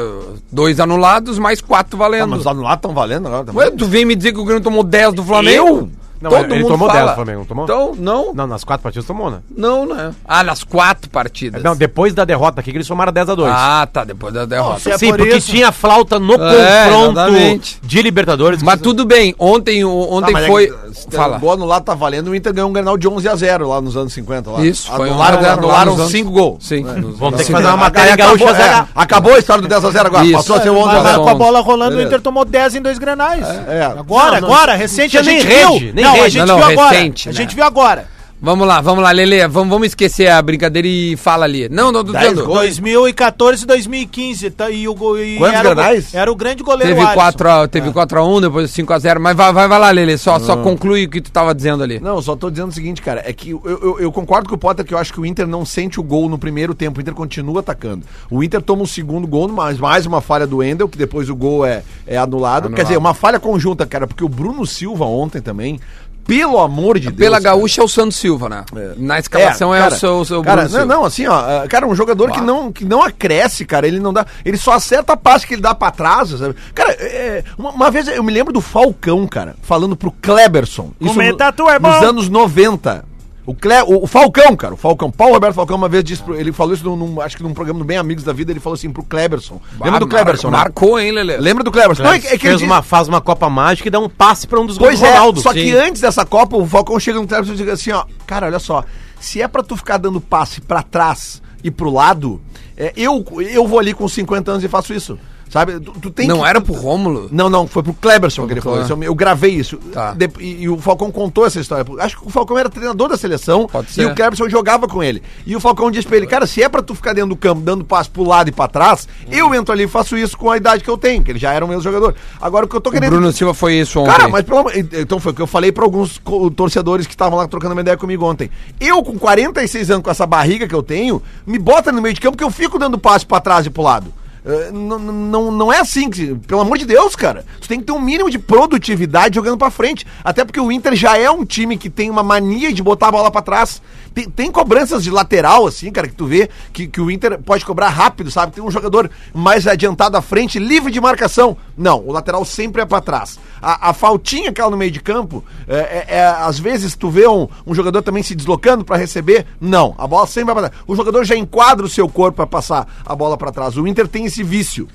[SPEAKER 2] dois anulados, mais quatro
[SPEAKER 3] é. Ah,
[SPEAKER 2] valendo.
[SPEAKER 3] mas os anulados estão valendo agora também.
[SPEAKER 2] Ué, tu vem me dizer que o Grêmio tomou 10 do Flamengo?
[SPEAKER 3] Eu?
[SPEAKER 4] Não,
[SPEAKER 2] Todo
[SPEAKER 4] ele
[SPEAKER 2] mundo
[SPEAKER 4] tomou
[SPEAKER 2] fala.
[SPEAKER 4] 10 do Flamengo, não tomou?
[SPEAKER 2] Então, não,
[SPEAKER 4] Não, nas quatro partidas tomou, né?
[SPEAKER 2] não,
[SPEAKER 3] é.
[SPEAKER 2] né? Ah, nas quatro partidas.
[SPEAKER 4] Não, depois da derrota aqui, que eles somaram 10 a 2
[SPEAKER 2] ah, tá, depois da derrota.
[SPEAKER 5] se é
[SPEAKER 4] Sim,
[SPEAKER 5] por
[SPEAKER 4] porque
[SPEAKER 5] isso-
[SPEAKER 4] tinha flauta no
[SPEAKER 2] É, exatamente.
[SPEAKER 4] confronto de Libertadores.
[SPEAKER 2] Mas tudo bem, ontem, o-
[SPEAKER 3] Tá,
[SPEAKER 2] ontem
[SPEAKER 3] mas é
[SPEAKER 2] foi...
[SPEAKER 3] que, se tem
[SPEAKER 2] Fala.
[SPEAKER 3] um gol anulado tá valendo, o Inter ganhou um Grenal de 11 a 0 lá nos anos 50. Lá.
[SPEAKER 2] Isso, foi um
[SPEAKER 3] né? anularam,
[SPEAKER 2] 11 a 0 lá nos
[SPEAKER 3] anularam
[SPEAKER 2] anos-
[SPEAKER 3] 5 gols. É,
[SPEAKER 2] Sim.
[SPEAKER 4] Vamos ter que
[SPEAKER 3] Sim.
[SPEAKER 4] fazer uma
[SPEAKER 3] Aí
[SPEAKER 4] matéria
[SPEAKER 3] acabou,
[SPEAKER 4] gaúcha.
[SPEAKER 3] é,
[SPEAKER 4] ZH.
[SPEAKER 3] acabou a história do 10 a 0 agora,
[SPEAKER 2] Isso.
[SPEAKER 3] passou a ser 11 a
[SPEAKER 5] Mas
[SPEAKER 3] 0.
[SPEAKER 5] com a bola rolando,
[SPEAKER 3] Beleza.
[SPEAKER 5] o Inter tomou 10 em dois grenais.
[SPEAKER 3] É.
[SPEAKER 5] Agora,
[SPEAKER 4] Não, não,
[SPEAKER 5] agora, recente,
[SPEAKER 4] tinha
[SPEAKER 5] a gente
[SPEAKER 4] nem rede,
[SPEAKER 5] viu.
[SPEAKER 4] nem
[SPEAKER 5] não, a
[SPEAKER 4] rede.
[SPEAKER 5] gente
[SPEAKER 2] Não, não,
[SPEAKER 5] viu agora.
[SPEAKER 2] recente,
[SPEAKER 5] a
[SPEAKER 2] né?
[SPEAKER 5] gente viu agora.
[SPEAKER 2] Vamos lá, vamos lá, Lele, vamos, vamos esquecer a brincadeira e fala ali. Não, não, tô
[SPEAKER 3] Dez
[SPEAKER 2] dizendo.
[SPEAKER 3] gols.
[SPEAKER 5] 2014 2015. Tá, e o, go- e
[SPEAKER 3] Quantos
[SPEAKER 5] era, o go-
[SPEAKER 3] grenais?
[SPEAKER 5] era o grande goleiro
[SPEAKER 2] Teve
[SPEAKER 5] Alisson.
[SPEAKER 2] 4 a,
[SPEAKER 3] É.
[SPEAKER 2] teve 4 a 1, depois 5 a 0, mas vai, vai, vai lá, Lele, só, só conclui o que tu tava dizendo ali.
[SPEAKER 3] Não, eu só tô dizendo o seguinte, cara, é que eu, eu- eu concordo com o Potter que eu acho que o Inter não sente o gol no primeiro tempo, o Inter continua atacando. O Inter toma um segundo gol, mas mais uma falha do Endel, que depois o gol é, é anulado. Quer dizer, uma falha conjunta, cara, porque o Bruno Silva ontem também, pelo amor de Deus.
[SPEAKER 2] Pela
[SPEAKER 3] cara.
[SPEAKER 2] Gaúcha é o Santos Silva, né? Na escalação é,
[SPEAKER 3] cara,
[SPEAKER 2] o seu, o seu
[SPEAKER 3] cara,
[SPEAKER 2] Bruno
[SPEAKER 3] não,
[SPEAKER 2] Silva.
[SPEAKER 3] não, assim, ó, cara, um jogador que não que não acresce, cara, ele não dá, ele só acerta a passe que ele dá pra trás, sabe? Cara, é, uma, uma vez eu me lembro do Falcão, cara, falando pro Kleberson, isso
[SPEAKER 5] Comenta,
[SPEAKER 3] no-
[SPEAKER 5] tu é
[SPEAKER 3] nos
[SPEAKER 5] bom.
[SPEAKER 3] anos 90. O, Cle, o, o Falcão, cara, o Falcão, Paulo Roberto Falcão uma vez disse, pro- ele falou isso num, num- acho que num programa do Bem Amigos da Vida, ele falou assim pro Kleberson. Lembra do
[SPEAKER 2] Ah,
[SPEAKER 3] Kleberson, né?
[SPEAKER 2] Marcou, hein, Lele?
[SPEAKER 3] Lembra do Kleberson? Não, é, que- é que ele
[SPEAKER 4] fez
[SPEAKER 3] disse-
[SPEAKER 4] uma, faz uma Copa Mágica e dá um passe pra um dos
[SPEAKER 3] Pois
[SPEAKER 4] do
[SPEAKER 3] é, só que antes dessa Copa, o Falcão chega no Cleberson e diz assim, ó, cara, olha só, se é pra tu ficar dando passe pra trás e pro lado, é, eu, eu vou ali com 50 anos e faço isso, sabe? Tu, tu tem
[SPEAKER 2] Não
[SPEAKER 3] que-
[SPEAKER 2] era pro Rômulo?
[SPEAKER 3] Não, não, foi pro Kleberson que ele falou
[SPEAKER 2] Cle-
[SPEAKER 3] isso, eu, eu gravei isso.
[SPEAKER 2] Tá.
[SPEAKER 3] De- e, e o Falcão contou essa história. Acho que o Falcão era treinador da seleção
[SPEAKER 2] Pode
[SPEAKER 3] e
[SPEAKER 2] ser.
[SPEAKER 3] o Kleberson jogava com ele. E o Falcão disse pra ele, cara, se é pra tu ficar dentro do campo dando passe pro lado e pra trás,
[SPEAKER 2] Uhum.
[SPEAKER 3] eu entro ali e faço isso com a idade que eu tenho, que ele já era o meu jogador. Agora o que eu tô
[SPEAKER 2] O
[SPEAKER 3] querendo
[SPEAKER 2] Bruno Silva foi isso ontem.
[SPEAKER 3] Cara, mas pelo amor. Então foi o que eu falei pra alguns co- torcedores que estavam lá trocando uma ideia comigo ontem. Eu, com 46 anos, com essa barriga que eu tenho, me bota no meio de campo que eu fico dando passe pra trás e pro lado. Eh, Não, não- não, não é assim, que se- pelo amor de Deus, cara. Tu tem que ter um mínimo de produtividade jogando pra frente. Até porque o Inter já é um time que tem uma mania de botar a bola pra trás. Tem, tem cobranças de lateral, assim, cara, que tu vê que, que o Inter pode cobrar rápido, sabe? Tem um jogador mais adiantado à frente, livre de marcação. Não, o lateral sempre é pra trás. A, a faltinha que ela no meio de campo, é, é- é- às vezes tu vê um, um jogador também se deslocando pra receber. Não, a bola sempre vai pra trás. O jogador já enquadra o seu corpo pra passar a bola pra trás. O Inter tem esse vício.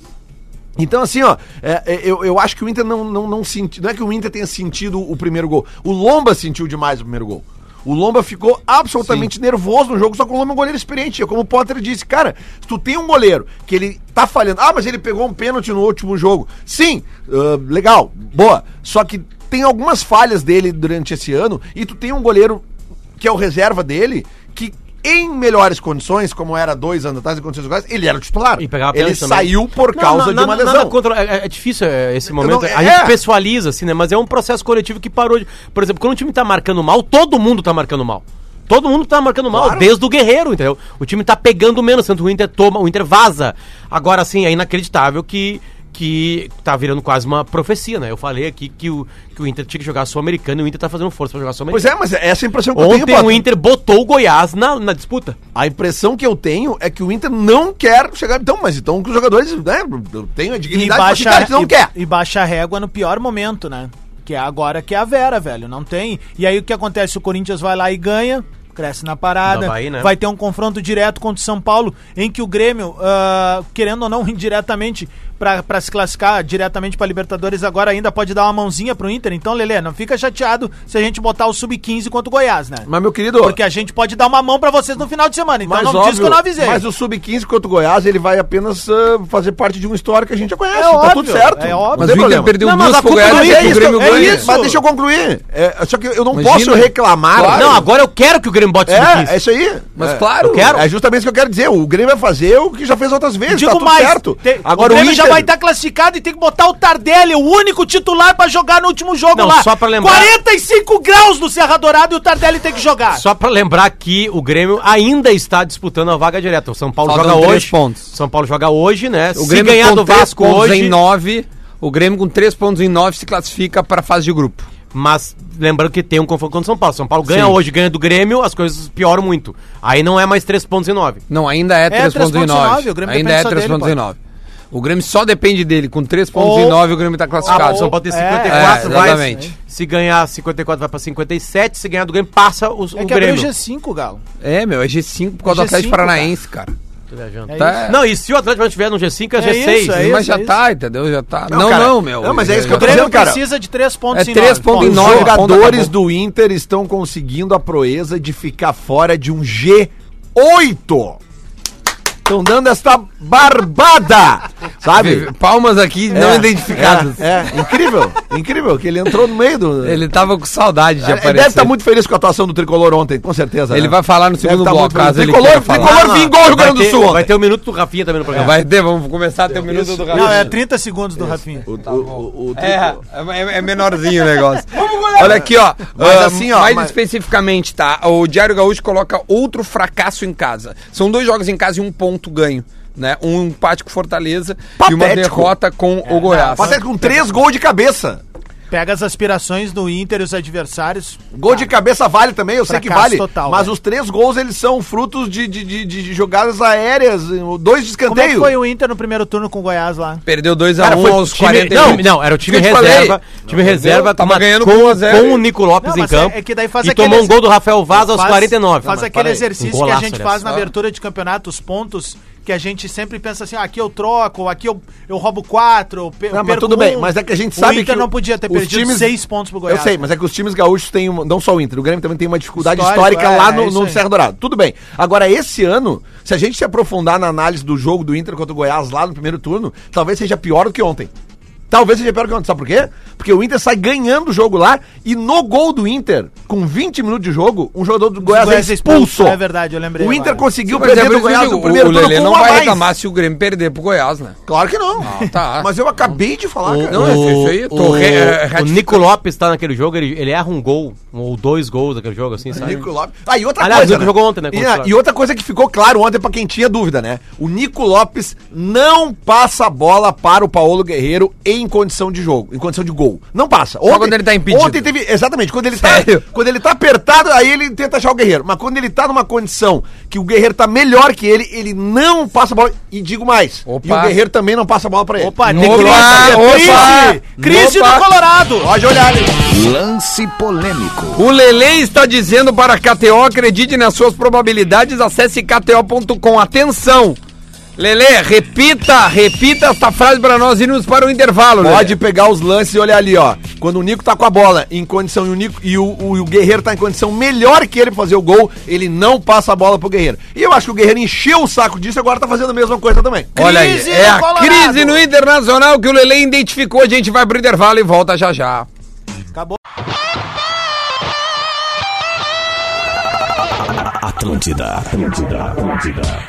[SPEAKER 3] Então, assim, ó, é, é, eu, eu acho que o Inter não, não, não sentiu. Não é que o Inter tenha sentido o primeiro gol. O Lomba sentiu demais o primeiro gol. O Lomba ficou absolutamente nervoso no jogo, só que o Lomba é um goleiro experiente. É como o Potter disse, cara, se tu tem um goleiro que ele tá falhando. Ah, mas ele pegou um pênalti no último jogo. Sim, ah, legal, boa. Só que tem algumas falhas dele durante esse ano e tu tem um goleiro que é o reserva dele que. Em melhores condições, como era dois anos atrás, em condições iguais, ele era o titular.
[SPEAKER 4] E pegava
[SPEAKER 3] ele
[SPEAKER 4] pênalti também.
[SPEAKER 3] saiu por
[SPEAKER 4] Não,
[SPEAKER 3] causa
[SPEAKER 4] não,
[SPEAKER 3] de uma
[SPEAKER 4] não, nada
[SPEAKER 3] lesão.
[SPEAKER 4] contra- é, é difícil é, esse
[SPEAKER 3] não-
[SPEAKER 4] momento. a
[SPEAKER 3] é.
[SPEAKER 4] gente pessoaliza, assim, né? Mas é um processo coletivo que parou de. Por exemplo, quando o time tá marcando mal, todo mundo tá marcando mal. Todo mundo tá marcando mal, desde o Guerreiro, entendeu? O time tá pegando menos, tanto que o Inter toma, o Inter vaza. Agora, sim, é assim, inacreditável que, que tá virando quase uma profecia, né? Eu falei aqui que o, que o Inter tinha que jogar Sul-Americano e o Inter tá fazendo força pra jogar
[SPEAKER 3] Pois
[SPEAKER 4] Sul-Americano.
[SPEAKER 3] é, mas essa é a impressão que eu
[SPEAKER 4] Ontem
[SPEAKER 3] tenho,
[SPEAKER 4] o
[SPEAKER 3] Potter.
[SPEAKER 4] Inter botou o Goiás na, na disputa.
[SPEAKER 3] A impressão que eu tenho é que o Inter não quer chegar. Então, mas então que os jogadores, né? Eu tenho a
[SPEAKER 5] E
[SPEAKER 3] dignidade pra
[SPEAKER 5] baixa,
[SPEAKER 3] ficar, eles não
[SPEAKER 5] e,
[SPEAKER 3] quer.
[SPEAKER 5] e baixa a régua no pior momento, né? Que é agora que é a Vera, velho. Não tem. E aí o que acontece? O Corinthians vai lá e ganha. Cresce na parada.
[SPEAKER 4] Do Avaí, né?
[SPEAKER 5] Vai ter um confronto direto contra o São Paulo, em que o Grêmio, ah, querendo ou não, indiretamente, pra pra se classificar diretamente pra Libertadores, agora ainda pode dar uma mãozinha pro Inter. Então, Lelê, não fica chateado se a gente botar o Sub-15 contra o Goiás, né?
[SPEAKER 3] Mas, meu querido.
[SPEAKER 5] Porque a gente pode dar uma mão pra vocês no final de semana. Então
[SPEAKER 3] Mas,
[SPEAKER 5] não diz que
[SPEAKER 3] óbvio,
[SPEAKER 5] eu não avisei.
[SPEAKER 3] mas o Sub-15 contra o Goiás, ele vai apenas ah, fazer parte de uma história que a gente já conhece.
[SPEAKER 5] É
[SPEAKER 3] tá
[SPEAKER 5] óbvio,
[SPEAKER 3] tudo certo.
[SPEAKER 5] é óbvio.
[SPEAKER 3] Não
[SPEAKER 2] Mas
[SPEAKER 3] tem
[SPEAKER 2] o Inter
[SPEAKER 3] problema.
[SPEAKER 2] perdeu
[SPEAKER 4] Não, mas
[SPEAKER 2] duas
[SPEAKER 4] a
[SPEAKER 2] pro
[SPEAKER 4] culpa
[SPEAKER 2] Goiás
[SPEAKER 4] do
[SPEAKER 2] e
[SPEAKER 4] Inter,
[SPEAKER 2] é isso, o Grêmio
[SPEAKER 3] é
[SPEAKER 2] ganha.
[SPEAKER 3] isso. Mas deixa eu concluir. É, só que eu não
[SPEAKER 2] Imagina.
[SPEAKER 3] posso reclamar.
[SPEAKER 2] Claro.
[SPEAKER 4] Não, agora eu quero que o Grêmio bote
[SPEAKER 3] É, é isso aí.
[SPEAKER 2] Mas
[SPEAKER 3] É.
[SPEAKER 2] claro.
[SPEAKER 3] Eu quero. É justamente isso que eu quero dizer. O Grêmio vai fazer o que já fez outras vezes.
[SPEAKER 5] Digo
[SPEAKER 3] tá tudo
[SPEAKER 5] mais,
[SPEAKER 3] certo.
[SPEAKER 5] te-
[SPEAKER 3] Agora
[SPEAKER 5] o
[SPEAKER 3] o,
[SPEAKER 5] Grêmio já
[SPEAKER 3] Inter-
[SPEAKER 2] tá-
[SPEAKER 5] vai estar classificado e tem que botar o Tardelli, o único titular pra jogar no último jogo
[SPEAKER 4] Não,
[SPEAKER 5] lá.
[SPEAKER 4] só pra lembrar-
[SPEAKER 5] 45 graus no Serra Dourada e o Tardelli tem que jogar.
[SPEAKER 4] Ah. Só pra lembrar que o Grêmio ainda está disputando a vaga direta. O São Paulo
[SPEAKER 2] Faltam
[SPEAKER 4] joga
[SPEAKER 2] três
[SPEAKER 4] hoje.
[SPEAKER 2] pontos.
[SPEAKER 4] São Paulo joga hoje, né?
[SPEAKER 2] O Grêmio
[SPEAKER 4] Se ganhar
[SPEAKER 2] com
[SPEAKER 4] do
[SPEAKER 2] três
[SPEAKER 4] Vasco
[SPEAKER 2] pontos
[SPEAKER 4] hoje,
[SPEAKER 2] em nove, o Grêmio com três pontos em nove se classifica para a fase de grupo.
[SPEAKER 4] mas lembrando que tem um confronto contra o São Paulo. São Paulo ganha
[SPEAKER 2] Sim.
[SPEAKER 4] hoje, ganha do Grêmio, as coisas pioram muito. Aí não é mais três pontos em nove.
[SPEAKER 2] Não, ainda é 3 pontos em 9.
[SPEAKER 5] o Grêmio
[SPEAKER 2] Ainda
[SPEAKER 5] depende
[SPEAKER 2] é
[SPEAKER 5] só
[SPEAKER 2] 3
[SPEAKER 5] dele,
[SPEAKER 2] pontos
[SPEAKER 5] pô.
[SPEAKER 2] em 9. O Grêmio só depende dele. Com 3 pontos em 9 o Grêmio tá
[SPEAKER 4] Ah,
[SPEAKER 2] classificado.
[SPEAKER 4] o São Paulo tem
[SPEAKER 5] É,
[SPEAKER 4] 54, vai.
[SPEAKER 2] exatamente.
[SPEAKER 4] Se ganhar 54, vai pra 57. Se ganhar do Grêmio, passa o,
[SPEAKER 5] É
[SPEAKER 4] o
[SPEAKER 5] que abriu
[SPEAKER 4] Grêmio.
[SPEAKER 5] o G5, Galo.
[SPEAKER 2] É, meu, é G5 por causa do
[SPEAKER 5] É
[SPEAKER 2] Atlético
[SPEAKER 5] G5,
[SPEAKER 2] Paranaense, cara.
[SPEAKER 4] Tô viajando.
[SPEAKER 5] É
[SPEAKER 2] Tá-
[SPEAKER 4] Não, e se o Atlético não estiver no G5, é,
[SPEAKER 5] É
[SPEAKER 4] G6.
[SPEAKER 5] isso, é
[SPEAKER 4] né?
[SPEAKER 5] isso.
[SPEAKER 2] Mas já tá, entendeu? Já tá. Não, não,
[SPEAKER 3] cara,
[SPEAKER 2] meu.
[SPEAKER 3] não, mas é isso que eu
[SPEAKER 5] O
[SPEAKER 3] tô
[SPEAKER 5] Grêmio
[SPEAKER 3] dizendo, cara,
[SPEAKER 5] precisa de 3 pontos
[SPEAKER 2] é três pontos em
[SPEAKER 3] Os
[SPEAKER 2] nove,
[SPEAKER 3] jogadores
[SPEAKER 2] ponta,
[SPEAKER 3] do Inter estão conseguindo a proeza de ficar fora de um G8. Estão dando esta barbada, sabe?
[SPEAKER 2] Palmas aqui não
[SPEAKER 3] É,
[SPEAKER 2] identificadas.
[SPEAKER 3] É, é. incrível, incrível, que ele entrou no meio do...
[SPEAKER 2] Ele tava com saudade de
[SPEAKER 3] Ele
[SPEAKER 2] aparecer.
[SPEAKER 3] deve estar muito feliz com a atuação do Tricolor ontem, com certeza.
[SPEAKER 2] Ele
[SPEAKER 3] né?
[SPEAKER 2] vai falar no
[SPEAKER 3] Deve
[SPEAKER 2] segundo
[SPEAKER 3] tá
[SPEAKER 2] bloco,
[SPEAKER 3] muito feliz.
[SPEAKER 2] caso ele
[SPEAKER 3] Tricolor,
[SPEAKER 2] queira falar.
[SPEAKER 3] Tricolor vingou o Rio Grande do
[SPEAKER 4] ter,
[SPEAKER 3] Sul
[SPEAKER 4] Vai
[SPEAKER 3] ontem.
[SPEAKER 4] ter o minuto do Rafinha também no programa.
[SPEAKER 2] Vai ter, vamos começar a ter o minuto do
[SPEAKER 5] Não, é
[SPEAKER 2] Rafinha.
[SPEAKER 5] 30 segundos do Rafinha.
[SPEAKER 3] O- o- o- o Tri-
[SPEAKER 2] É, é, é menorzinho o negócio. Olha aqui, ó.
[SPEAKER 3] Mas
[SPEAKER 2] ah,
[SPEAKER 3] assim, ó,
[SPEAKER 2] Mais
[SPEAKER 3] mas-
[SPEAKER 2] especificamente, tá? O Diário Gaúcho coloca outro fracasso em casa. São dois jogos em casa e um ponto ganho. Né? Um empate com Fortaleza e uma
[SPEAKER 3] Patético.
[SPEAKER 2] derrota com o Goiás.
[SPEAKER 3] Patético, com três gols de cabeça.
[SPEAKER 5] Pega as aspirações do Inter e os adversários.
[SPEAKER 3] Gol de cabeça vale também, eu sei que
[SPEAKER 5] Fracasso
[SPEAKER 3] vale.
[SPEAKER 5] total,
[SPEAKER 3] mas
[SPEAKER 5] velho.
[SPEAKER 3] os três gols, eles são frutos de, de, de- de jogadas aéreas, dois de
[SPEAKER 5] Como é que
[SPEAKER 3] escanteio.
[SPEAKER 5] foi o Inter no primeiro turno com o Goiás lá?
[SPEAKER 2] Perdeu 2x1
[SPEAKER 3] Cara,
[SPEAKER 2] um
[SPEAKER 3] foi
[SPEAKER 2] aos
[SPEAKER 4] Ah, Time-
[SPEAKER 2] 40
[SPEAKER 4] não, não, era o time reserva. Time reserva
[SPEAKER 2] tava
[SPEAKER 4] com,
[SPEAKER 2] ganhando
[SPEAKER 4] com,
[SPEAKER 2] com um a zero.
[SPEAKER 4] com o Nico Lopes
[SPEAKER 5] Não,
[SPEAKER 4] em
[SPEAKER 5] mas é-
[SPEAKER 4] campo.
[SPEAKER 5] é que daí faz
[SPEAKER 4] e
[SPEAKER 5] aquele
[SPEAKER 4] tomou um
[SPEAKER 5] ex-
[SPEAKER 4] gol do Rafael Vaz aos
[SPEAKER 5] Faz-
[SPEAKER 4] 49.
[SPEAKER 5] Faz
[SPEAKER 4] Não, mas
[SPEAKER 5] aquele
[SPEAKER 4] para aí.
[SPEAKER 5] exercício
[SPEAKER 4] Um
[SPEAKER 5] que a
[SPEAKER 4] golaço,
[SPEAKER 5] gente
[SPEAKER 4] aliás.
[SPEAKER 3] Ah.
[SPEAKER 5] faz na abertura de campeonato, os pontos, que a gente sempre pensa assim, ah, aqui eu troco, aqui eu, eu roubo quatro, eu pe- eu
[SPEAKER 3] Não, mas
[SPEAKER 5] perco
[SPEAKER 3] tudo bem,
[SPEAKER 5] um.
[SPEAKER 3] mas é que a gente sabe
[SPEAKER 5] O Inter
[SPEAKER 3] que
[SPEAKER 5] não
[SPEAKER 3] o-
[SPEAKER 5] podia ter
[SPEAKER 3] os
[SPEAKER 5] perdido
[SPEAKER 3] times-
[SPEAKER 5] seis pontos pro
[SPEAKER 3] Eu
[SPEAKER 5] Goiás. né?
[SPEAKER 3] sei, mas é que os times gaúchos têm, uma- não só o Inter, o Grêmio também tem uma dificuldade
[SPEAKER 5] Histórico,
[SPEAKER 3] histórica
[SPEAKER 5] é,
[SPEAKER 3] lá
[SPEAKER 5] é
[SPEAKER 3] no,
[SPEAKER 5] isso
[SPEAKER 3] no
[SPEAKER 5] aí.
[SPEAKER 3] Serra Dourado. Tudo bem. Agora, esse ano, se a gente se aprofundar na análise do jogo do Inter contra o Goiás lá no primeiro turno, talvez seja pior do que ontem. Talvez seja pior do que ontem. Sabe por quê? Porque o Inter sai ganhando o jogo lá e no gol do Inter, com 20 minutos de jogo, um jogador do Goiás,
[SPEAKER 5] Goiás
[SPEAKER 3] é
[SPEAKER 5] é
[SPEAKER 3] expulso.
[SPEAKER 5] expulso, é verdade, eu lembrei
[SPEAKER 3] O Inter
[SPEAKER 5] agora.
[SPEAKER 3] conseguiu
[SPEAKER 2] Mas é
[SPEAKER 3] perder
[SPEAKER 2] por
[SPEAKER 3] do
[SPEAKER 2] isso que eu
[SPEAKER 3] Goiás
[SPEAKER 2] digo,
[SPEAKER 3] no primeiro
[SPEAKER 2] o
[SPEAKER 3] turno
[SPEAKER 2] Lelê
[SPEAKER 3] com
[SPEAKER 2] não
[SPEAKER 3] um a
[SPEAKER 2] vai
[SPEAKER 3] mais.
[SPEAKER 2] reclamar se o Grêmio perder pro Goiás, né?
[SPEAKER 3] Claro que não.
[SPEAKER 2] tá.
[SPEAKER 3] Mas eu acabei de falar, cara.
[SPEAKER 2] Não, é isso aí, eu tô
[SPEAKER 4] o,
[SPEAKER 2] re- é,
[SPEAKER 4] o
[SPEAKER 2] ratificando.
[SPEAKER 4] Nico Lopes tá naquele jogo, ele, ele erra um gol, um ou dois gols naquele jogo, assim, sabe?
[SPEAKER 3] Nico Lopes. Ah, e outra
[SPEAKER 4] Aliás, o
[SPEAKER 3] coisa.
[SPEAKER 4] Nico jogou ontem, né, contra o
[SPEAKER 3] E,
[SPEAKER 4] Flamengo.
[SPEAKER 3] e outra coisa que ficou claro ontem pra quem tinha dúvida, né? O Nico Lopes não passa a bola para o Paulo Guerreiro em condição de jogo, em condição de gol. Não passa. Ontem,
[SPEAKER 2] quando ele tá impedido.
[SPEAKER 3] Ontem teve. Exatamente, quando ele, tá,
[SPEAKER 2] Sério?
[SPEAKER 3] quando ele tá apertado, aí ele tenta achar o Guerreiro. Mas quando ele tá numa condição que o Guerreiro tá melhor que ele, ele não passa a bola. E digo mais.
[SPEAKER 2] Opa.
[SPEAKER 3] E o Guerreiro também não passa a bola pra ele.
[SPEAKER 5] Opa, tem
[SPEAKER 2] Opa,
[SPEAKER 5] crise,
[SPEAKER 2] opa,
[SPEAKER 5] crise, crise
[SPEAKER 2] opa.
[SPEAKER 5] do Colorado.
[SPEAKER 3] Pode olhar ali.
[SPEAKER 1] Lance polêmico.
[SPEAKER 2] O Lele está dizendo para a KTO, acredite nas suas probabilidades, acesse kto.com. Atenção! Lele, repita, repita esta frase para nós irmos para o intervalo, Lelê.
[SPEAKER 3] Pode pegar os lances e olhar ali, ó. Quando o Nico tá com a bola em condição e o, Nico, e o, o- e o Guerreiro tá em condição melhor que ele pra fazer o gol, ele não passa a bola pro Guerreiro. E eu acho que o Guerreiro encheu o saco disso e agora tá fazendo a mesma coisa também.
[SPEAKER 2] Olha aí,
[SPEAKER 5] Crise
[SPEAKER 2] é
[SPEAKER 5] no
[SPEAKER 2] a
[SPEAKER 5] Colorado.
[SPEAKER 2] crise no Internacional que o Lele identificou. A gente vai pro intervalo e volta já já.
[SPEAKER 1] Atlântida, Atlântida, Atlântida.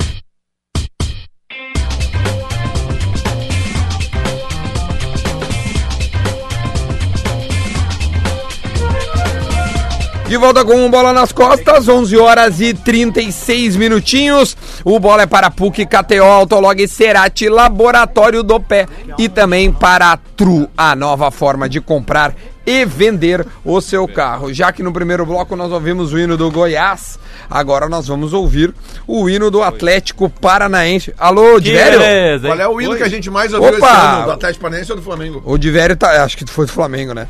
[SPEAKER 2] E De volta com o Bola nas Costas, 11 horas e 36 minutinhos. O Bola é para PUC, KTO, Autolog, Cerati, Laboratório do Pé e também para a Tru, a nova forma de comprar e vender o seu carro. Já que no primeiro bloco nós ouvimos o hino do Goiás, agora nós vamos ouvir o hino do Atlético Paranaense. Alô, Diverio?
[SPEAKER 4] beleza, hein?
[SPEAKER 3] Qual é o hino que a gente mais ouviu
[SPEAKER 2] Opa!
[SPEAKER 3] esse ano? Do Atlético Paranaense ou do Flamengo?
[SPEAKER 2] O Diverio tá, acho que foi do Flamengo, né?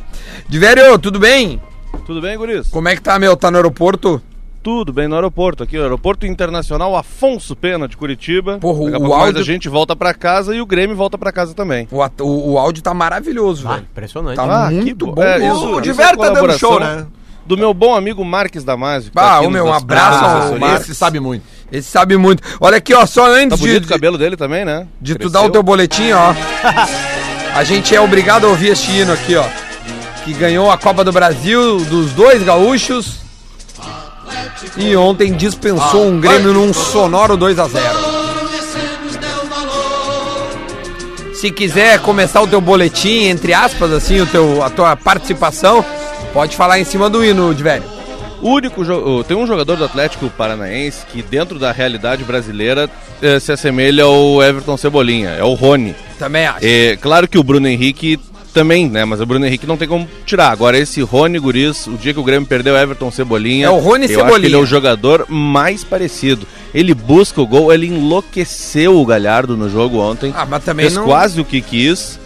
[SPEAKER 2] Diverio, tudo bem?
[SPEAKER 8] Tudo bem, guris?
[SPEAKER 2] Como é que tá, meu? Tá no aeroporto?
[SPEAKER 8] Tudo bem no aeroporto aqui, o Aeroporto Internacional Afonso Pena de Curitiba.
[SPEAKER 2] Porra,
[SPEAKER 8] Daqui a
[SPEAKER 2] o
[SPEAKER 8] pouco mais
[SPEAKER 2] áudio-
[SPEAKER 8] a gente volta pra casa e o Grêmio volta pra casa também.
[SPEAKER 2] O, at- o, o áudio tá maravilhoso,
[SPEAKER 4] Ah,
[SPEAKER 2] velho.
[SPEAKER 4] impressionante.
[SPEAKER 2] Tá
[SPEAKER 8] Ah, que
[SPEAKER 2] muito
[SPEAKER 8] bo-
[SPEAKER 2] bom.
[SPEAKER 8] é,
[SPEAKER 2] mesmo.
[SPEAKER 8] isso,
[SPEAKER 3] O
[SPEAKER 8] cara,
[SPEAKER 3] Diver
[SPEAKER 8] essa
[SPEAKER 3] tá dando
[SPEAKER 8] colaboração
[SPEAKER 3] show, né?
[SPEAKER 8] Do meu bom amigo Marques Damasio. que tá
[SPEAKER 2] Ah,
[SPEAKER 8] aqui
[SPEAKER 2] ô,
[SPEAKER 8] nos
[SPEAKER 2] meu, um
[SPEAKER 8] assessorando,
[SPEAKER 2] abraço ao
[SPEAKER 8] assessoria.
[SPEAKER 2] Marques.
[SPEAKER 3] sabe muito.
[SPEAKER 2] Esse sabe muito. Olha aqui, ó, só
[SPEAKER 8] Tá
[SPEAKER 2] antes de,
[SPEAKER 8] bonito o cabelo dele também, né?
[SPEAKER 2] de tu
[SPEAKER 8] Cresceu.
[SPEAKER 2] dar o teu boletim, ó. A gente é obrigado a ouvir este hino aqui, ó. Que ganhou a Copa do Brasil dos dois gaúchos. E ontem dispensou um Grêmio num sonoro 2 a 0 Se quiser começar o teu boletim, entre aspas, assim, o teu, a tua participação, pode falar em cima do hino, de velho.
[SPEAKER 8] único jo- tem um jogador do Atlético Paranaense que dentro da realidade brasileira eh, se assemelha ao Everton Cebolinha, é o Rony.
[SPEAKER 2] Também acho.
[SPEAKER 8] É, claro que o Bruno Henrique também, né? Mas o Bruno Henrique não tem como tirar. Agora, esse Rony Guris, o dia que o Grêmio perdeu o Everton Cebolinha.
[SPEAKER 2] É o Rony
[SPEAKER 8] eu acho
[SPEAKER 2] Cebolinha.
[SPEAKER 8] que ele é o jogador mais parecido. Ele busca o gol, ele enlouqueceu o Galhardo no jogo ontem.
[SPEAKER 2] Ah, mas também
[SPEAKER 8] fez
[SPEAKER 2] não-
[SPEAKER 8] quase o que quis.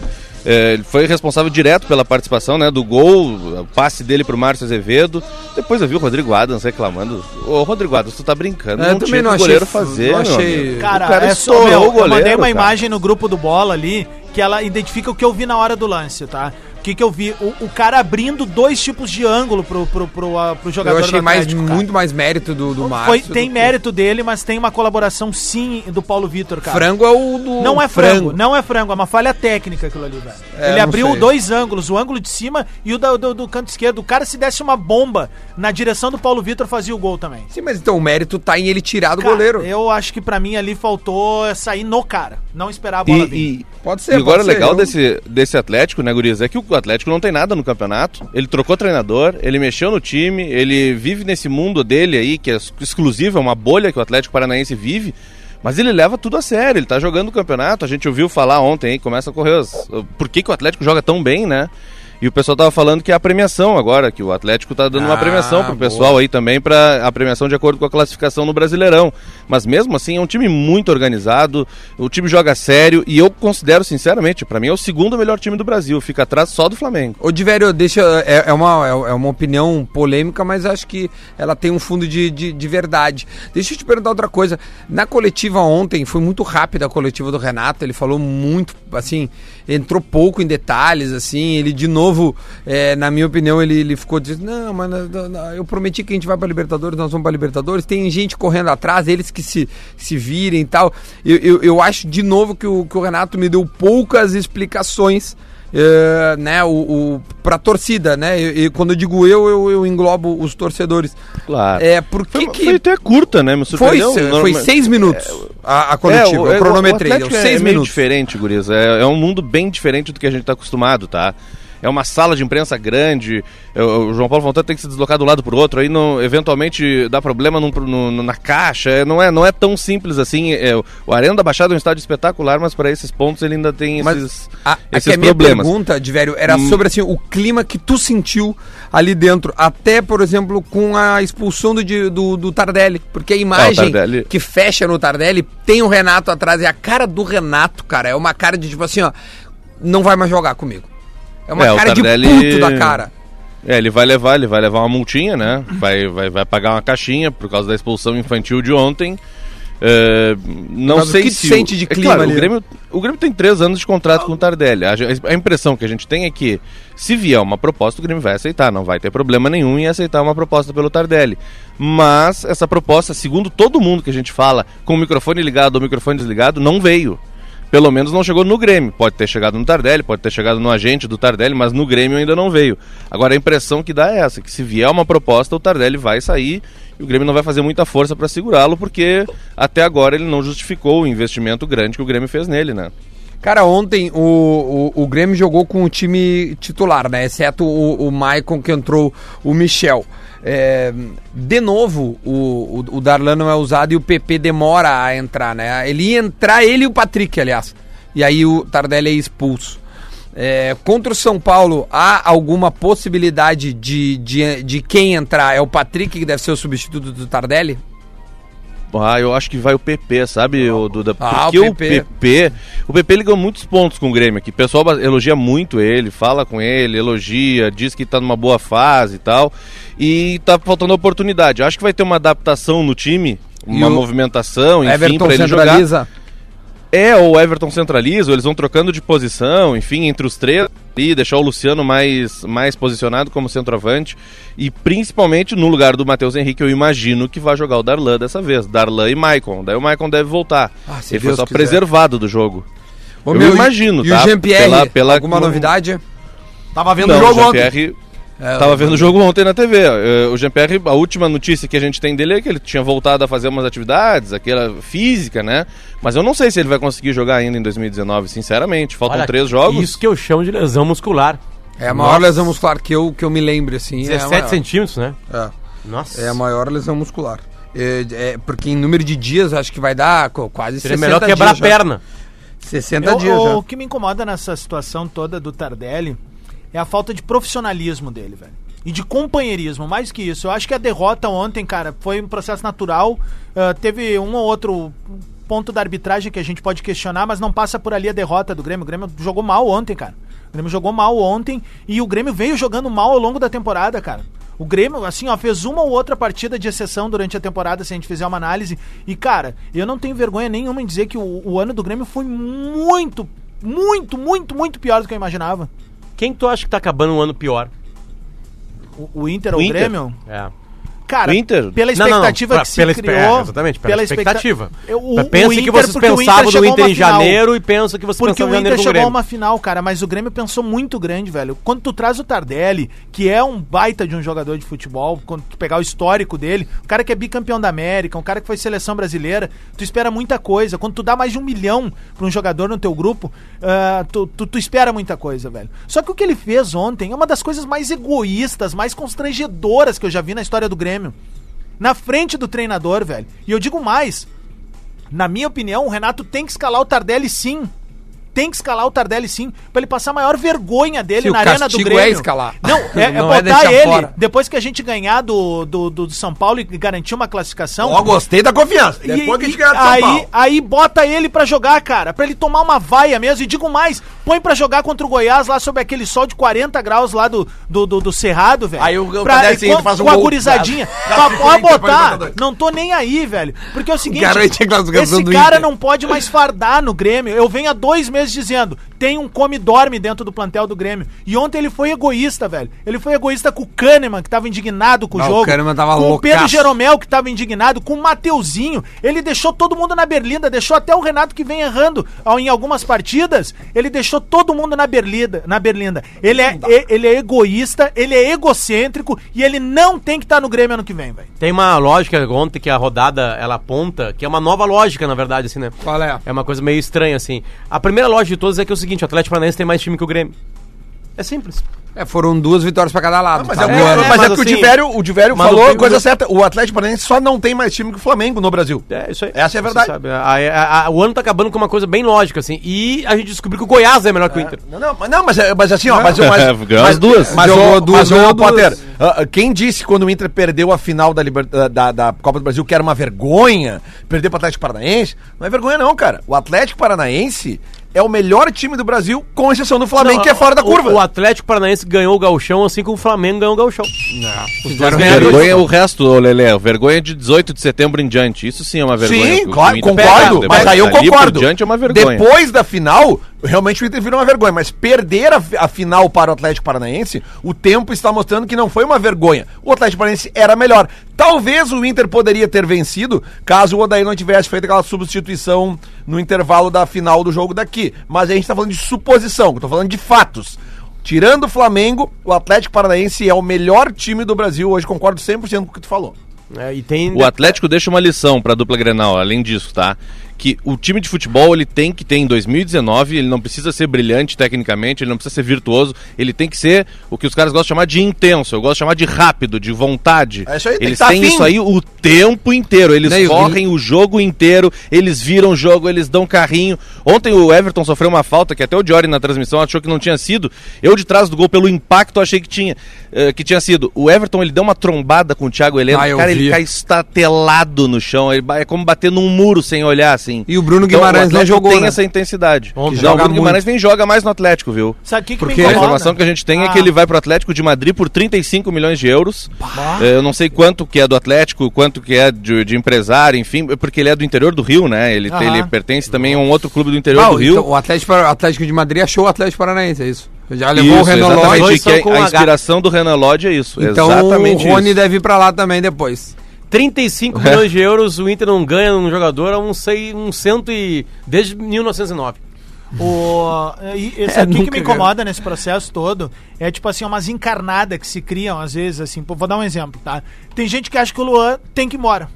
[SPEAKER 8] É, ele foi responsável direto pela participação né, do gol, o passe dele pro Márcio Azevedo. Depois eu vi o Rodrigo Adams reclamando. Ô, Rodrigo Adams, tu tá brincando.
[SPEAKER 2] É, Eu também
[SPEAKER 8] tinha
[SPEAKER 2] não
[SPEAKER 8] que
[SPEAKER 2] achei
[SPEAKER 8] o goleiro
[SPEAKER 2] f-
[SPEAKER 8] fazer.
[SPEAKER 2] não
[SPEAKER 8] meu
[SPEAKER 2] achei-
[SPEAKER 8] amigo.
[SPEAKER 5] Cara,
[SPEAKER 8] o cara
[SPEAKER 5] é só,
[SPEAKER 8] estourou
[SPEAKER 5] meu,
[SPEAKER 8] o goleiro.
[SPEAKER 5] eu mandei uma
[SPEAKER 8] cara.
[SPEAKER 5] imagem no grupo do Bola ali que ela identifica o que eu vi na hora do lance, tá? O que, que eu vi? O, o cara abrindo dois tipos de ângulo pro, pro, pro, ah, pro jogador
[SPEAKER 2] Eu achei
[SPEAKER 5] do
[SPEAKER 2] mais,
[SPEAKER 5] Atlético, cara.
[SPEAKER 2] muito mais mérito do, do Márcio.
[SPEAKER 5] Foi, tem
[SPEAKER 2] do que-
[SPEAKER 5] mérito dele, mas tem uma colaboração sim do Paulo Vitor, cara.
[SPEAKER 2] Frango é o do.
[SPEAKER 5] Não é frango, não é frango, é uma falha técnica aquilo ali, velho.
[SPEAKER 2] É,
[SPEAKER 5] Ele
[SPEAKER 2] não
[SPEAKER 5] abriu
[SPEAKER 2] sei.
[SPEAKER 5] dois ângulos, o ângulo de cima e o da- do, do canto esquerdo. O cara se desse uma bomba na direção do Paulo Vitor fazia o gol também.
[SPEAKER 2] Sim, mas então o mérito tá em ele tirar do
[SPEAKER 5] Cara,
[SPEAKER 2] goleiro.
[SPEAKER 5] Eu acho que pra mim ali faltou sair no cara, não esperar a
[SPEAKER 8] E-
[SPEAKER 5] bola vir.
[SPEAKER 8] e,
[SPEAKER 2] Pode
[SPEAKER 8] E agora o
[SPEAKER 2] pode ser,
[SPEAKER 8] legal
[SPEAKER 2] eu-
[SPEAKER 8] desse, desse Atlético, né, Guriz, é que o Atlético não tem nada no campeonato. Ele trocou treinador, ele mexeu no time, ele vive nesse mundo dele aí, que é ex- exclusivo, é uma bolha que o Atlético Paranaense vive. Mas ele leva tudo a sério, ele tá jogando o campeonato. A gente ouviu falar ontem aí, começa a correr. os- Por que, que o Atlético joga tão bem, né? E o pessoal tava falando que é a premiação agora, que o Atlético tá dando
[SPEAKER 2] Ah,
[SPEAKER 8] uma premiação pro
[SPEAKER 2] boa.
[SPEAKER 8] pessoal aí também, para a premiação de acordo com a classificação no Brasileirão. Mas mesmo assim, é um time muito organizado, o time joga sério e eu considero, sinceramente, pra mim é o segundo melhor time do Brasil, fica atrás só do Flamengo.
[SPEAKER 2] Ô, Diverio, deixa. É, é uma, é, é uma opinião polêmica, mas acho que ela tem um fundo de, de, de verdade. Deixa eu te perguntar outra coisa. Na coletiva ontem, foi muito rápida a coletiva do Renato, ele falou muito, assim, entrou pouco em detalhes, assim. Ele, de novo, é, na minha opinião, ele, ele ficou dizendo: não, mas nós- nós- nós- eu prometi que a gente vai pra Libertadores, nós vamos pra Libertadores. Tem gente correndo atrás, eles que se, se virem e tal. Eu, eu, eu acho, de novo, que o, que o Renato me deu poucas explicações é, né, o, o, pra torcida, né? E, e quando eu digo eu, eu, eu englobo os torcedores.
[SPEAKER 8] Claro.
[SPEAKER 2] É, por
[SPEAKER 8] Foi,
[SPEAKER 2] que
[SPEAKER 8] uma-
[SPEAKER 2] que...
[SPEAKER 8] foi até curta, né? Me
[SPEAKER 2] Foi,
[SPEAKER 8] surpreendeu.
[SPEAKER 2] se- foi
[SPEAKER 8] Norma- É,
[SPEAKER 2] seis minutos a, a coletiva,
[SPEAKER 8] o- é,
[SPEAKER 2] eu
[SPEAKER 8] o
[SPEAKER 2] cronometrei, deu
[SPEAKER 8] Atlético é-
[SPEAKER 2] seis
[SPEAKER 8] é meio
[SPEAKER 2] minutos.
[SPEAKER 8] diferente, Guriz. É, é um mundo bem diferente do que a gente está acostumado, tá? É uma sala de imprensa grande. é, O o João Paulo Fontana tem que se deslocar do lado pro outro. Aí, não, eventualmente, dá problema num- no- no- na caixa. é, não, é, não é tão simples assim. é, o- o Arena da Baixada é um estádio espetacular, mas para esses pontos ele ainda tem
[SPEAKER 2] Mas
[SPEAKER 8] esses,
[SPEAKER 2] a, a que
[SPEAKER 8] esses
[SPEAKER 2] a minha
[SPEAKER 8] problemas. Hum.
[SPEAKER 2] pergunta, de velho, era sobre assim, o clima que tu sentiu ali dentro, até, por exemplo, com a expulsão do, Di- do, do Tardelli, porque a imagem
[SPEAKER 8] Ah, Tardelli-
[SPEAKER 2] que fecha no Tardelli tem o Renato atrás, e a cara do Renato, cara, é uma cara de tipo assim, ó, não vai mais jogar comigo. É uma
[SPEAKER 8] É, o
[SPEAKER 2] cara de
[SPEAKER 8] Tardelli-
[SPEAKER 2] puto da cara.
[SPEAKER 8] É, ele vai levar, ele vai levar uma multinha, né? Vai, vai, vai pagar uma caixinha por causa da expulsão infantil de ontem. É, não
[SPEAKER 2] causa do
[SPEAKER 8] sei
[SPEAKER 2] que
[SPEAKER 8] se
[SPEAKER 2] sente
[SPEAKER 8] o,
[SPEAKER 2] de
[SPEAKER 8] é
[SPEAKER 2] clima
[SPEAKER 8] claro,
[SPEAKER 2] ali.
[SPEAKER 8] O Grêmio, o Grêmio tem três anos de contrato com o Tardelli. A, ge- a impressão que a gente tem é que se vier uma proposta, o Grêmio vai aceitar. Não vai ter problema nenhum em aceitar uma proposta pelo Tardelli. Mas essa proposta, segundo todo mundo que a gente fala, com o microfone ligado ou microfone desligado, não veio. Pelo menos não chegou no Grêmio. Pode ter chegado no Tardelli, pode ter chegado no agente do Tardelli, mas no Grêmio ainda não veio. Agora a impressão que dá é essa, que se vier uma proposta, o Tardelli vai sair e o Grêmio não vai fazer muita força para segurá-lo, porque até agora ele não justificou o investimento grande que o Grêmio fez nele, né?
[SPEAKER 2] Cara, ontem o, o, o Grêmio jogou com o time titular, né? Exceto o, o Maicon que entrou o Michel. é, de novo, o, o, o Darlan não é usado e o PP demora a entrar, né? Ele ia entrar, ele e o Patrick, aliás. E aí o Tardelli é expulso. É, contra o São Paulo, há alguma possibilidade de, de, de quem entrar? É o Patrick que deve ser o substituto do Tardelli?
[SPEAKER 8] Ah, eu acho que vai o PP, sabe, o Duda? Porque
[SPEAKER 2] Ah, o
[SPEAKER 8] o,
[SPEAKER 2] PP.
[SPEAKER 8] PP. O PP ele ganhou muitos pontos com o Grêmio aqui. O pessoal ba- elogia muito ele, fala com ele, elogia, diz que tá numa boa fase e tal. E tá faltando oportunidade. Eu acho que vai ter uma adaptação no time, uma
[SPEAKER 2] o
[SPEAKER 8] movimentação, enfim,
[SPEAKER 2] Everton
[SPEAKER 8] pra ele jogar.
[SPEAKER 2] centraliza.
[SPEAKER 8] É, ou o Everton centraliza, ou eles vão trocando de posição, enfim, entre os três e deixar o Luciano mais, mais posicionado como centroavante. E principalmente no lugar do Matheus Henrique, eu imagino que vai jogar o Darlan dessa vez. Darlan e Maicon. Daí o Maicon deve voltar.
[SPEAKER 2] Ah, se
[SPEAKER 8] Ele
[SPEAKER 2] Deus
[SPEAKER 8] foi só
[SPEAKER 2] quiser.
[SPEAKER 8] preservado do jogo.
[SPEAKER 2] Ô,
[SPEAKER 8] Eu imagino,
[SPEAKER 2] e
[SPEAKER 8] tá?
[SPEAKER 2] o Jean-Pierre,
[SPEAKER 8] Pela- pela-
[SPEAKER 2] alguma novidade?
[SPEAKER 3] Tava vendo
[SPEAKER 8] Não,
[SPEAKER 3] o jogo
[SPEAKER 8] o
[SPEAKER 3] ontem. É,
[SPEAKER 8] Jean-Pierre Tava vendo o jogo ontem na TV. Eh, O Jean-Pierre, a última notícia que a gente tem dele é que ele tinha voltado a fazer umas atividades, aquela física, né? Mas eu não sei se ele vai conseguir jogar ainda em 2019, sinceramente. Faltam
[SPEAKER 4] Olha,
[SPEAKER 8] três jogos.
[SPEAKER 4] Isso que eu chamo de lesão muscular.
[SPEAKER 2] É a maior lesão muscular que eu, que eu me lembre, assim. é a
[SPEAKER 4] 17
[SPEAKER 2] maior.
[SPEAKER 4] centímetros, né?
[SPEAKER 2] É.
[SPEAKER 4] Nossa.
[SPEAKER 2] É a maior lesão muscular. É, é, porque em número de dias, acho que vai dar co- quase
[SPEAKER 4] Seria melhor quebrar a
[SPEAKER 2] dias né? já.
[SPEAKER 4] perna.
[SPEAKER 2] 60
[SPEAKER 5] Eu-
[SPEAKER 2] dias
[SPEAKER 5] o,
[SPEAKER 2] já.
[SPEAKER 5] que me incomoda nessa situação toda do Tardelli é a falta de profissionalismo dele, velho. E de companheirismo, mais que isso. Eu acho que a derrota ontem, cara, foi um processo natural. Ah, teve um ou outro ponto da arbitragem que a gente pode questionar, mas não passa por ali a derrota do Grêmio. O Grêmio jogou mal ontem, cara. O Grêmio jogou mal ontem e o Grêmio veio jogando mal ao longo da temporada, cara. O Grêmio, assim, ó, fez uma ou outra partida de exceção durante a temporada, se a gente fizer uma análise. E, cara, eu não tenho vergonha nenhuma em dizer que o, o ano do Grêmio foi muito, muito, muito, muito pior do que eu imaginava.
[SPEAKER 4] Quem tu acha que tá acabando um ano pior?
[SPEAKER 5] O, o Inter
[SPEAKER 8] O
[SPEAKER 5] ou o
[SPEAKER 8] Inter?
[SPEAKER 5] Grêmio?
[SPEAKER 4] É.
[SPEAKER 5] Cara,
[SPEAKER 8] O Inter?
[SPEAKER 5] pela
[SPEAKER 4] Não, não, não.
[SPEAKER 5] expectativa
[SPEAKER 4] Pra-
[SPEAKER 5] que se
[SPEAKER 4] pela espe-
[SPEAKER 5] criou...
[SPEAKER 4] é, exatamente, pela
[SPEAKER 5] expecta-
[SPEAKER 4] expectativa.
[SPEAKER 5] Eu- o- o
[SPEAKER 4] Pensem que
[SPEAKER 5] Inter,
[SPEAKER 4] vocês
[SPEAKER 5] porque o Inter
[SPEAKER 4] pensavam do
[SPEAKER 5] chegou a
[SPEAKER 4] Inter
[SPEAKER 5] uma
[SPEAKER 4] em
[SPEAKER 5] final.
[SPEAKER 4] janeiro e pensam que vocês
[SPEAKER 5] Porque
[SPEAKER 4] pensavam
[SPEAKER 5] o
[SPEAKER 4] em janeiro
[SPEAKER 5] Inter
[SPEAKER 4] do
[SPEAKER 5] chegou a
[SPEAKER 4] Grêmio.
[SPEAKER 5] uma final, cara, mas o Grêmio pensou muito grande, velho. Quando tu traz o Tardelli, que é um baita de um jogador de futebol, quando tu pegar o histórico dele, um cara que é bicampeão da América, um cara que foi seleção brasileira, tu espera muita coisa. Quando tu dá mais de um milhão pra um jogador no teu grupo, ah, tu, tu, tu espera muita coisa, velho. Só que o que ele fez ontem é uma das coisas mais egoístas, mais constrangedoras que eu já vi na história do Grêmio. Na frente do treinador, velho. E eu digo mais, na minha opinião, o Renato tem que escalar o Tardelli sim. Tem que escalar o Tardelli sim, pra ele passar a maior vergonha dele
[SPEAKER 2] Sim, o
[SPEAKER 5] na arena do
[SPEAKER 2] castigo
[SPEAKER 5] Grêmio.
[SPEAKER 2] é escalar.
[SPEAKER 5] Não, é, é
[SPEAKER 2] Não é
[SPEAKER 5] botar
[SPEAKER 2] deixar
[SPEAKER 5] ele,
[SPEAKER 2] fora.
[SPEAKER 5] depois que a gente ganhar do, do, do, do São Paulo e garantir uma classificação.
[SPEAKER 3] Ó, gostei da confiança.
[SPEAKER 5] e-
[SPEAKER 3] Depois É que a gente
[SPEAKER 5] e-
[SPEAKER 3] ganhar do São
[SPEAKER 5] aí,
[SPEAKER 3] Paulo.
[SPEAKER 5] aí bota ele pra jogar, cara, Pra ele tomar uma vaia mesmo. E digo mais, põe pra jogar contra o Goiás lá sob aquele sol de 40 graus lá do, do, do, do Cerrado, velho.
[SPEAKER 3] Aí o- o
[SPEAKER 5] pra,
[SPEAKER 3] Tardelli
[SPEAKER 5] e com,
[SPEAKER 3] faz um
[SPEAKER 5] com a
[SPEAKER 3] gol.
[SPEAKER 5] gurizadinha.
[SPEAKER 3] Já- já
[SPEAKER 5] Pra-
[SPEAKER 3] fica
[SPEAKER 5] Ó,
[SPEAKER 3] aí, depois
[SPEAKER 5] botar,
[SPEAKER 3] Libertadores.
[SPEAKER 5] não tô nem aí, velho. Porque é o seguinte,
[SPEAKER 2] Garante a classificação
[SPEAKER 5] esse
[SPEAKER 2] do
[SPEAKER 5] cara
[SPEAKER 2] Inter.
[SPEAKER 5] não pode mais fardar no Grêmio. Eu venho há dois meses dizendo, tem um come e dorme dentro do plantel do Grêmio. E ontem ele foi egoísta, velho. Ele foi egoísta com o Kahneman, que tava indignado com o
[SPEAKER 2] Não, o
[SPEAKER 5] jogo.
[SPEAKER 2] Kahneman tava
[SPEAKER 5] com o Pedro
[SPEAKER 2] loucaço.
[SPEAKER 5] Jeromel, que tava indignado, com o Mateuzinho. Ele deixou todo mundo na berlinda, deixou até o Renato que vem errando ao- em algumas partidas. Ele deixou todo mundo na berlinda. Na berlinda. Ele, é, e- ele é egoísta, ele é egocêntrico e ele não tem que estar no Grêmio ano que vem, velho.
[SPEAKER 4] Tem uma lógica ontem que a rodada ela aponta, que é uma nova lógica, na verdade, assim, né?
[SPEAKER 2] Qual é?
[SPEAKER 4] É uma coisa meio estranha, assim. A primeira lógica de todas é que é o seguinte: o Atlético Paranaense tem mais time que o Grêmio. É simples.
[SPEAKER 2] É, foram duas vitórias pra cada lado.
[SPEAKER 3] Mas é,
[SPEAKER 2] tá
[SPEAKER 3] porque-
[SPEAKER 2] voando.
[SPEAKER 3] mas
[SPEAKER 4] mas
[SPEAKER 3] é porque
[SPEAKER 4] assim-
[SPEAKER 3] o Divério, o Divério
[SPEAKER 4] Mas
[SPEAKER 3] falou
[SPEAKER 4] o
[SPEAKER 3] a
[SPEAKER 4] Pico-
[SPEAKER 3] coisa certa. O Atlético Paranaense só não tem mais time que o Flamengo no Brasil.
[SPEAKER 4] É isso aí.
[SPEAKER 3] Essa é
[SPEAKER 4] Você
[SPEAKER 3] a verdade.
[SPEAKER 4] sabe, a- a- a- o ano tá acabando com uma coisa bem lógica, assim. E a gente descobriu que o Goiás é melhor que o Inter.
[SPEAKER 3] Não, não, mas- não, mas, é- mas assim, ó, mas, mas,
[SPEAKER 8] É,
[SPEAKER 3] mas,
[SPEAKER 8] ganhou as duas.
[SPEAKER 3] Mas,
[SPEAKER 2] Jogou
[SPEAKER 3] ô,
[SPEAKER 2] duas,
[SPEAKER 3] mas ô,
[SPEAKER 2] ganhou
[SPEAKER 3] Potter,
[SPEAKER 2] duas.
[SPEAKER 3] ah, ah, quem disse quando o Inter perdeu a final da, Liber- da- da, da Copa do Brasil que era uma vergonha perder pro Atlético Paranaense? Não é vergonha não, cara. O Atlético Paranaense é o melhor time do Brasil, com exceção do Flamengo,
[SPEAKER 4] Não,
[SPEAKER 3] que é fora da
[SPEAKER 4] o-
[SPEAKER 3] curva.
[SPEAKER 4] O Atlético Paranaense ganhou o Gauchão, assim como o Flamengo ganhou o Gauchão.
[SPEAKER 2] Os dois ganharam.
[SPEAKER 8] Vergonha é o resto, ô Lelé. Vergonha de 18 de setembro em diante. Isso sim é uma vergonha.
[SPEAKER 3] Sim,
[SPEAKER 8] O- o
[SPEAKER 3] claro,
[SPEAKER 8] Inter
[SPEAKER 3] concordo.
[SPEAKER 8] pega-
[SPEAKER 3] mas aí eu
[SPEAKER 8] dali por
[SPEAKER 3] concordo.
[SPEAKER 8] diante é uma vergonha.
[SPEAKER 3] Depois da final, realmente o Inter virou uma vergonha. Mas perder a, a final para o Atlético Paranaense, o tempo está mostrando que não foi uma vergonha. O Atlético Paranaense era melhor. Talvez o Inter poderia ter vencido caso o Odair não tivesse feito aquela substituição no intervalo da final do jogo daqui. Mas aí a gente está falando de suposição, estou falando de fatos. Tirando o Flamengo, o Atlético Paranaense é o melhor time do Brasil hoje, concordo 100% com o que tu falou.
[SPEAKER 4] É, e tem.
[SPEAKER 8] O Atlético deixa uma lição pra dupla Grenal, além disso, tá? que o time de futebol ele tem que ter em 2019, ele não precisa ser brilhante tecnicamente, ele não precisa ser virtuoso, ele tem que ser o que os caras gostam de chamar de intenso, eu gosto de chamar de rápido, de vontade.
[SPEAKER 3] É isso aí, tem que
[SPEAKER 8] eles
[SPEAKER 3] tá
[SPEAKER 8] têm
[SPEAKER 3] afim.
[SPEAKER 8] isso aí o tempo inteiro, eles
[SPEAKER 2] Não, Né, e o-
[SPEAKER 8] correm o jogo inteiro, eles viram o jogo, eles dão carrinho. Ontem o Everton sofreu uma falta que até o Diori na transmissão achou que não tinha sido. Eu de trás do gol, pelo impacto, achei que tinha, eh, que tinha sido. O Everton ele deu uma trombada com o Thiago Heleno,
[SPEAKER 2] Ah, eu
[SPEAKER 8] cara,
[SPEAKER 2] vi.
[SPEAKER 8] ele cai estatelado no chão. Ele, ba- é como bater num muro sem olhar, assim.
[SPEAKER 2] E o Bruno
[SPEAKER 8] Então,
[SPEAKER 2] Guimarães não
[SPEAKER 8] Atlético
[SPEAKER 2] jogou,
[SPEAKER 8] Tem
[SPEAKER 2] né?
[SPEAKER 8] essa intensidade. Não,
[SPEAKER 2] joga
[SPEAKER 8] o Bruno
[SPEAKER 2] muito.
[SPEAKER 8] Guimarães nem joga mais no Atlético, viu?
[SPEAKER 5] Sabe o que, que me
[SPEAKER 2] Porque
[SPEAKER 8] A
[SPEAKER 2] Corona.
[SPEAKER 8] informação que a gente tem é que ele vai pro Atlético de Madrid por 35 milhões de euros. É, eu não sei quanto que é do Atlético, quanto que é de, de empresário, enfim, porque ele é do interior do Rio, né? Ele,
[SPEAKER 5] Aham.
[SPEAKER 8] ele pertence também a um outro clube do interior
[SPEAKER 2] Não,
[SPEAKER 8] do Rio.
[SPEAKER 2] então, o Atlético, o Atlético de Madrid achou o Atlético Paranaense, é isso. Já levou
[SPEAKER 8] Isso,
[SPEAKER 2] o Renan
[SPEAKER 8] exatamente,
[SPEAKER 2] Lodge.
[SPEAKER 4] Dois
[SPEAKER 8] que é
[SPEAKER 4] são com
[SPEAKER 8] a
[SPEAKER 4] H.
[SPEAKER 8] inspiração do Renan Lodge é isso.
[SPEAKER 2] Então
[SPEAKER 8] exatamente
[SPEAKER 2] o Rony
[SPEAKER 8] isso.
[SPEAKER 2] deve ir pra lá também depois. É.
[SPEAKER 4] 35 milhões de euros o Inter não ganha num jogador há um, sei, um cento e... desde 1909.
[SPEAKER 5] O, é, e, e sabe o que que,
[SPEAKER 2] nunca
[SPEAKER 5] me
[SPEAKER 2] ganhou.
[SPEAKER 5] incomoda nesse processo todo? É tipo assim, umas encarnadas que se criam às vezes, assim. Pô, vou dar um exemplo, tá? Tem gente que acha que o Luan tem que ir embora.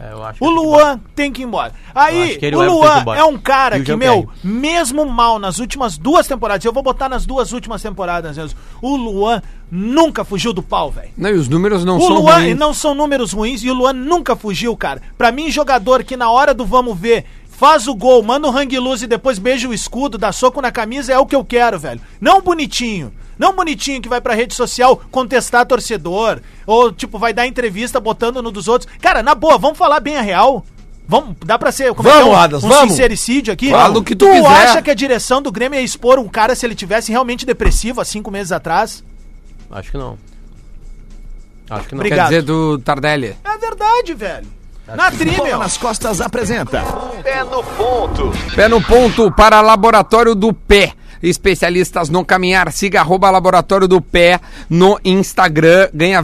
[SPEAKER 4] É, eu acho
[SPEAKER 5] O
[SPEAKER 4] que-
[SPEAKER 5] Luan tem que ir embora. Aí,
[SPEAKER 4] acho que ele
[SPEAKER 5] o
[SPEAKER 4] leva o tempo
[SPEAKER 5] Luan
[SPEAKER 4] embora.
[SPEAKER 5] é um cara
[SPEAKER 4] E o
[SPEAKER 5] que,
[SPEAKER 4] Jean
[SPEAKER 5] meu, mesmo mal nas últimas duas temporadas, eu vou botar nas duas últimas temporadas mesmo, o Luan nunca fugiu do pau, velho.
[SPEAKER 2] Não, e os números não
[SPEAKER 5] O
[SPEAKER 2] são
[SPEAKER 5] Luan
[SPEAKER 2] ruins.
[SPEAKER 5] não são números ruins e o Luan nunca fugiu, cara. Pra mim, jogador que na hora do vamos ver faz o gol, manda o hang luz e depois beija o escudo, dá soco na camisa, é o que eu quero, velho. Não bonitinho. Não bonitinho que vai pra rede social contestar torcedor ou tipo vai dar entrevista botando no dos outros. Cara, na boa, vamos falar bem a real. Vamos, dá pra ser cometer
[SPEAKER 2] Vamos,
[SPEAKER 5] um,
[SPEAKER 2] Adams,
[SPEAKER 5] um
[SPEAKER 2] vamos.
[SPEAKER 5] sincericídio aqui?
[SPEAKER 2] Fala o que tu quiser.
[SPEAKER 5] acha que a direção do Grêmio ia expor um cara se ele tivesse realmente depressivo há cinco meses atrás?
[SPEAKER 4] Acho que não. Acho que não.
[SPEAKER 5] Obrigado.
[SPEAKER 2] Quer dizer, do Tardelli.
[SPEAKER 5] É verdade, velho. Na trilha,
[SPEAKER 1] Bola nas costas apresenta.
[SPEAKER 2] Pé no ponto para Laboratório do Pé. Especialistas no caminhar, siga arroba Laboratório do Pé no Instagram. Ganha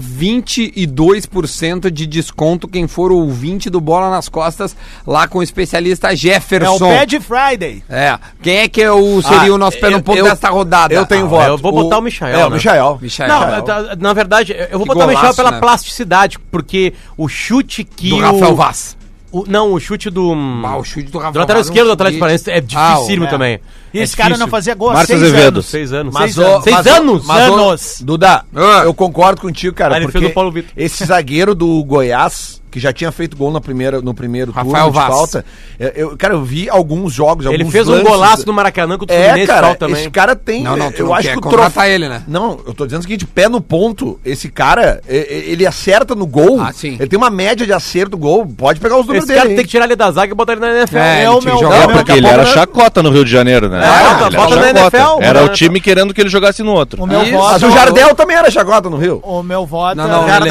[SPEAKER 2] 22% de desconto quem for ouvinte do Bola nas Costas lá com o especialista
[SPEAKER 5] É o
[SPEAKER 2] Jefferson.
[SPEAKER 5] Pad Friday.
[SPEAKER 2] É. Quem é que é o, seria o nosso pé no ponto
[SPEAKER 3] Ah, eu-
[SPEAKER 2] desta rodada? Ah,
[SPEAKER 3] eu tenho voto.
[SPEAKER 4] Ah, eu vou botar o Michael,
[SPEAKER 3] É, o
[SPEAKER 4] né?
[SPEAKER 3] Michael.
[SPEAKER 2] Michael.
[SPEAKER 4] Não, mas, ah, na verdade, eu- eu vou botar o Michel
[SPEAKER 2] é um golaço,
[SPEAKER 4] pela
[SPEAKER 2] né?
[SPEAKER 4] plasticidade, porque o chute que
[SPEAKER 2] do
[SPEAKER 4] o...
[SPEAKER 2] Rafael Vaz.
[SPEAKER 4] o- Não, o chute do... um. hum,
[SPEAKER 2] Ah, o chute do
[SPEAKER 4] do
[SPEAKER 2] Rafael
[SPEAKER 4] lateral
[SPEAKER 2] Vaz é um
[SPEAKER 4] esquerdo do Atlético
[SPEAKER 2] chute-
[SPEAKER 4] Paranaense é
[SPEAKER 2] Ah,
[SPEAKER 4] dificílimo
[SPEAKER 2] é.
[SPEAKER 4] também.
[SPEAKER 5] E
[SPEAKER 4] É
[SPEAKER 5] esse cara não
[SPEAKER 4] difícil.
[SPEAKER 5] fazia gol há
[SPEAKER 8] Márcio
[SPEAKER 5] seis
[SPEAKER 8] Azevedo.
[SPEAKER 5] anos.
[SPEAKER 4] Seis anos.
[SPEAKER 3] Mas
[SPEAKER 4] seis
[SPEAKER 3] o-
[SPEAKER 4] anos. Seis
[SPEAKER 3] mas o-
[SPEAKER 4] anos.
[SPEAKER 3] mas o-
[SPEAKER 5] Anos.
[SPEAKER 3] Duda,
[SPEAKER 2] Ah.
[SPEAKER 3] eu concordo contigo, cara.
[SPEAKER 4] Ah, ele fez
[SPEAKER 3] porque
[SPEAKER 4] do Paulo Vitor.
[SPEAKER 3] Esse zagueiro do Goiás, que já tinha feito gol na primeira, no primeiro
[SPEAKER 2] Rafael
[SPEAKER 3] turno de
[SPEAKER 2] Vaz.
[SPEAKER 3] falta. eu- Eu, cara, eu vi alguns jogos,
[SPEAKER 4] Ele
[SPEAKER 3] alguns
[SPEAKER 4] fez um
[SPEAKER 3] lances.
[SPEAKER 4] golaço no Maracanã contra o
[SPEAKER 3] É,
[SPEAKER 4] Fluminense
[SPEAKER 3] cara,
[SPEAKER 4] tal também.
[SPEAKER 3] esse cara tem.
[SPEAKER 2] Não, não, tu
[SPEAKER 3] eu
[SPEAKER 2] não
[SPEAKER 3] acho
[SPEAKER 2] quer
[SPEAKER 3] que o
[SPEAKER 2] contratar
[SPEAKER 3] troféu-
[SPEAKER 2] ele, né?
[SPEAKER 3] Não, eu tô dizendo o seguinte: pé no ponto. Esse cara, e- e- ele acerta no gol.
[SPEAKER 2] Ah, sim.
[SPEAKER 3] Ele tem uma média de acerto gol. Pode pegar os números
[SPEAKER 4] Esse
[SPEAKER 3] dele.
[SPEAKER 4] cara
[SPEAKER 3] hein?
[SPEAKER 4] tem que tirar ele da zaga e botar ele na NFL.
[SPEAKER 2] É,
[SPEAKER 5] É
[SPEAKER 2] ele
[SPEAKER 5] o
[SPEAKER 2] tinha
[SPEAKER 5] meu-
[SPEAKER 2] que jogar.
[SPEAKER 5] é o
[SPEAKER 8] Não,
[SPEAKER 5] meu-
[SPEAKER 8] porque ele era chacota no Rio de Janeiro, né?
[SPEAKER 4] bota-
[SPEAKER 8] ele
[SPEAKER 4] bota na
[SPEAKER 8] era
[SPEAKER 4] NFL,
[SPEAKER 8] chacota. Era
[SPEAKER 4] bota
[SPEAKER 8] o
[SPEAKER 4] na
[SPEAKER 8] time querendo que ele jogasse no outro.
[SPEAKER 5] O meu
[SPEAKER 2] Isso.
[SPEAKER 5] voto.
[SPEAKER 3] Mas o Jardel também era chacota no Rio.
[SPEAKER 5] O meu voto.
[SPEAKER 2] Não, não,
[SPEAKER 5] é-
[SPEAKER 2] ele-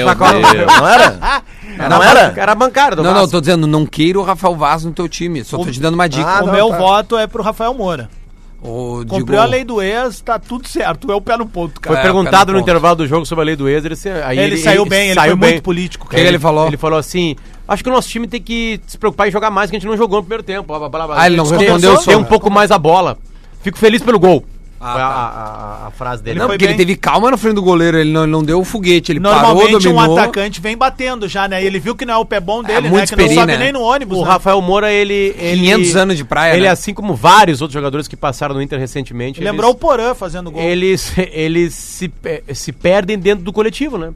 [SPEAKER 8] Meu Deus.
[SPEAKER 3] Não era? Não era?
[SPEAKER 4] Era bancário do
[SPEAKER 2] Não, não,
[SPEAKER 4] Vasco.
[SPEAKER 2] tô dizendo, não queira o Rafael Vaz no teu time. Só tô te dando uma dica.
[SPEAKER 3] Ah,
[SPEAKER 5] o
[SPEAKER 3] não,
[SPEAKER 5] meu
[SPEAKER 3] tá.
[SPEAKER 5] voto é pro Rafael Moura.
[SPEAKER 2] Ou, digo-
[SPEAKER 5] Cumpriu a lei do ex, tá tudo certo. É o pé no ponto,
[SPEAKER 4] Foi
[SPEAKER 5] cara.
[SPEAKER 2] É,
[SPEAKER 4] perguntado
[SPEAKER 2] pelo
[SPEAKER 4] no
[SPEAKER 2] ponto.
[SPEAKER 4] intervalo do jogo sobre a lei do ex, ele, se- aí
[SPEAKER 5] Ele saiu bem, ele foi muito político,
[SPEAKER 2] cara. O que ele falou?
[SPEAKER 4] Ele falou assim: acho que o nosso time tem que se preocupar em jogar mais, que a gente não jogou no primeiro tempo. blá, blá, blá, blá.
[SPEAKER 2] Ah, ele não respondeu
[SPEAKER 4] Tem um
[SPEAKER 2] sobre.
[SPEAKER 4] pouco mais a bola. Fico feliz pelo gol.
[SPEAKER 2] Ah,
[SPEAKER 4] foi
[SPEAKER 2] tá.
[SPEAKER 4] a, a- a- a frase dele.
[SPEAKER 2] Não,
[SPEAKER 5] foi
[SPEAKER 2] porque ele
[SPEAKER 5] bem.
[SPEAKER 2] teve calma na frente do goleiro, ele não, ele não deu o foguete, ele parou,
[SPEAKER 5] Normalmente
[SPEAKER 2] dominou.
[SPEAKER 5] um atacante vem batendo já, né? Ele viu que não é o pé bom dele, né?
[SPEAKER 2] muito
[SPEAKER 5] Que não
[SPEAKER 2] experi,
[SPEAKER 5] sobe
[SPEAKER 2] né?
[SPEAKER 5] nem no ônibus.
[SPEAKER 4] O
[SPEAKER 5] né?
[SPEAKER 4] Rafael Moura, ele, ele.
[SPEAKER 2] 500 anos de praia,
[SPEAKER 4] Ele,
[SPEAKER 2] né?
[SPEAKER 4] assim como vários outros jogadores que passaram no Inter recentemente.
[SPEAKER 5] Lembrou
[SPEAKER 4] eles-
[SPEAKER 5] o Porã fazendo gol.
[SPEAKER 4] eles, eles se, pe- se perdem dentro do coletivo, né?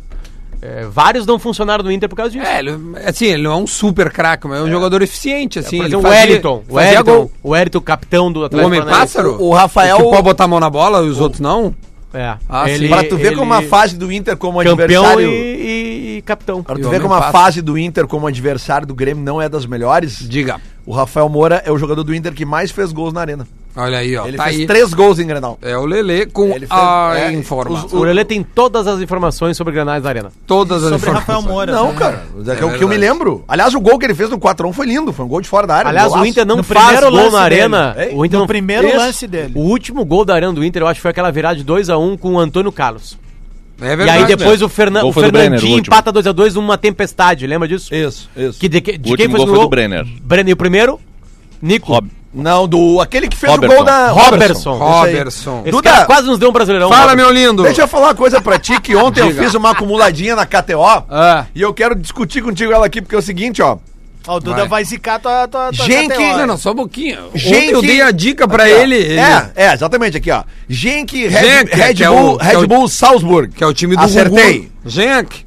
[SPEAKER 4] É, vários não funcionaram no Inter por causa disso.
[SPEAKER 2] É, ele, assim, ele não é um super craque, mas é um jogador eficiente, assim.
[SPEAKER 4] Por
[SPEAKER 2] ele
[SPEAKER 4] exemplo, o
[SPEAKER 2] fazia-
[SPEAKER 4] Wellington. O
[SPEAKER 2] fazia
[SPEAKER 4] Wellington,
[SPEAKER 2] gol.
[SPEAKER 4] o Wellington, capitão do
[SPEAKER 2] O
[SPEAKER 4] Atlético
[SPEAKER 2] homem
[SPEAKER 4] Paranaense.
[SPEAKER 2] pássaro?
[SPEAKER 3] O Rafael-
[SPEAKER 2] que pode botar a mão na bola e os outros não?
[SPEAKER 4] É.
[SPEAKER 2] Ah, sim.
[SPEAKER 3] Pra tu ver
[SPEAKER 4] ele-
[SPEAKER 3] como a fase do Inter como
[SPEAKER 4] campeão e,
[SPEAKER 3] adversário.
[SPEAKER 4] e- e capitão.
[SPEAKER 3] Pra
[SPEAKER 2] E
[SPEAKER 3] tu
[SPEAKER 2] o
[SPEAKER 3] ver
[SPEAKER 2] homem
[SPEAKER 3] como a
[SPEAKER 2] passa.
[SPEAKER 3] fase do Inter como adversário do Grêmio não é das melhores,
[SPEAKER 2] Diga.
[SPEAKER 3] o Rafael Moura é o jogador do Inter que mais fez gols na arena.
[SPEAKER 2] Olha aí, ó.
[SPEAKER 3] Ele
[SPEAKER 2] tá
[SPEAKER 3] fez
[SPEAKER 2] aí.
[SPEAKER 3] três gols em Grenal.
[SPEAKER 2] É o Lele com
[SPEAKER 3] Ele fez-
[SPEAKER 2] a
[SPEAKER 3] é,
[SPEAKER 2] informa.
[SPEAKER 3] os-
[SPEAKER 4] O Lelê tem todas as informações sobre Granais da Arena.
[SPEAKER 2] Todas as
[SPEAKER 5] Sobre Rafael
[SPEAKER 2] informações.
[SPEAKER 5] Moura.
[SPEAKER 3] Não,
[SPEAKER 5] né?
[SPEAKER 3] cara. É, que o que
[SPEAKER 2] verdade.
[SPEAKER 3] eu me lembro. Aliás, o gol que ele fez no 4x1 foi lindo. Foi um gol de fora da área.
[SPEAKER 4] Aliás,
[SPEAKER 3] golaço.
[SPEAKER 4] o Inter não
[SPEAKER 5] No
[SPEAKER 4] faz
[SPEAKER 5] primeiro
[SPEAKER 4] gol
[SPEAKER 5] lance
[SPEAKER 4] na
[SPEAKER 5] dele.
[SPEAKER 4] arena.
[SPEAKER 3] Hein?
[SPEAKER 4] O Inter
[SPEAKER 5] No
[SPEAKER 4] não-
[SPEAKER 5] primeiro
[SPEAKER 4] Esse-
[SPEAKER 5] lance dele.
[SPEAKER 4] O último gol da arena do Inter, eu acho que foi aquela virada de 2x1 com o Antônio Carlos.
[SPEAKER 2] É
[SPEAKER 4] e
[SPEAKER 2] verdade.
[SPEAKER 4] aí depois o, Fernan-
[SPEAKER 8] Gol
[SPEAKER 4] o
[SPEAKER 8] foi do Brenner,
[SPEAKER 4] Fernandinho
[SPEAKER 8] o último.
[SPEAKER 4] empata 2x2 numa tempestade, lembra disso?
[SPEAKER 3] Isso, isso.
[SPEAKER 4] Que de, que- de
[SPEAKER 8] O
[SPEAKER 4] quem
[SPEAKER 8] último
[SPEAKER 4] foi o
[SPEAKER 8] gol foi do
[SPEAKER 4] gol?
[SPEAKER 8] Brenner.
[SPEAKER 4] Brenner, e o primeiro? Nico. Ah,
[SPEAKER 8] Rob-
[SPEAKER 3] Não, do aquele que fez
[SPEAKER 8] Robertson.
[SPEAKER 3] o gol da.
[SPEAKER 4] Robertson.
[SPEAKER 2] Robertson.
[SPEAKER 4] Esse
[SPEAKER 3] Duda,
[SPEAKER 4] cara quase nos deu um brasileirão.
[SPEAKER 2] Fala, meu
[SPEAKER 4] Robertson.
[SPEAKER 2] lindo.
[SPEAKER 3] Deixa eu falar uma coisa pra ti, que ontem eu
[SPEAKER 2] Diga.
[SPEAKER 3] fiz uma acumuladinha na KTO.
[SPEAKER 2] Ah.
[SPEAKER 3] E eu quero discutir contigo ela aqui, porque é o seguinte, ó.
[SPEAKER 5] Ó, o Duda vai, zicar tua, tua, tua
[SPEAKER 3] Gente,
[SPEAKER 5] KTO.
[SPEAKER 2] Não, não, só um pouquinho.
[SPEAKER 3] Gente-
[SPEAKER 2] Ontem eu dei a dica pra
[SPEAKER 3] Aqui, ó.
[SPEAKER 2] ele, ele-
[SPEAKER 3] É, é, exatamente aqui, ó. Genk, Red,
[SPEAKER 2] Genk,
[SPEAKER 3] Red
[SPEAKER 2] que é
[SPEAKER 3] Bull,
[SPEAKER 2] o- que é
[SPEAKER 3] Red
[SPEAKER 2] o-
[SPEAKER 3] Bull Salzburg.
[SPEAKER 2] que é o time do
[SPEAKER 3] Acertei.
[SPEAKER 2] Gugu. Genk.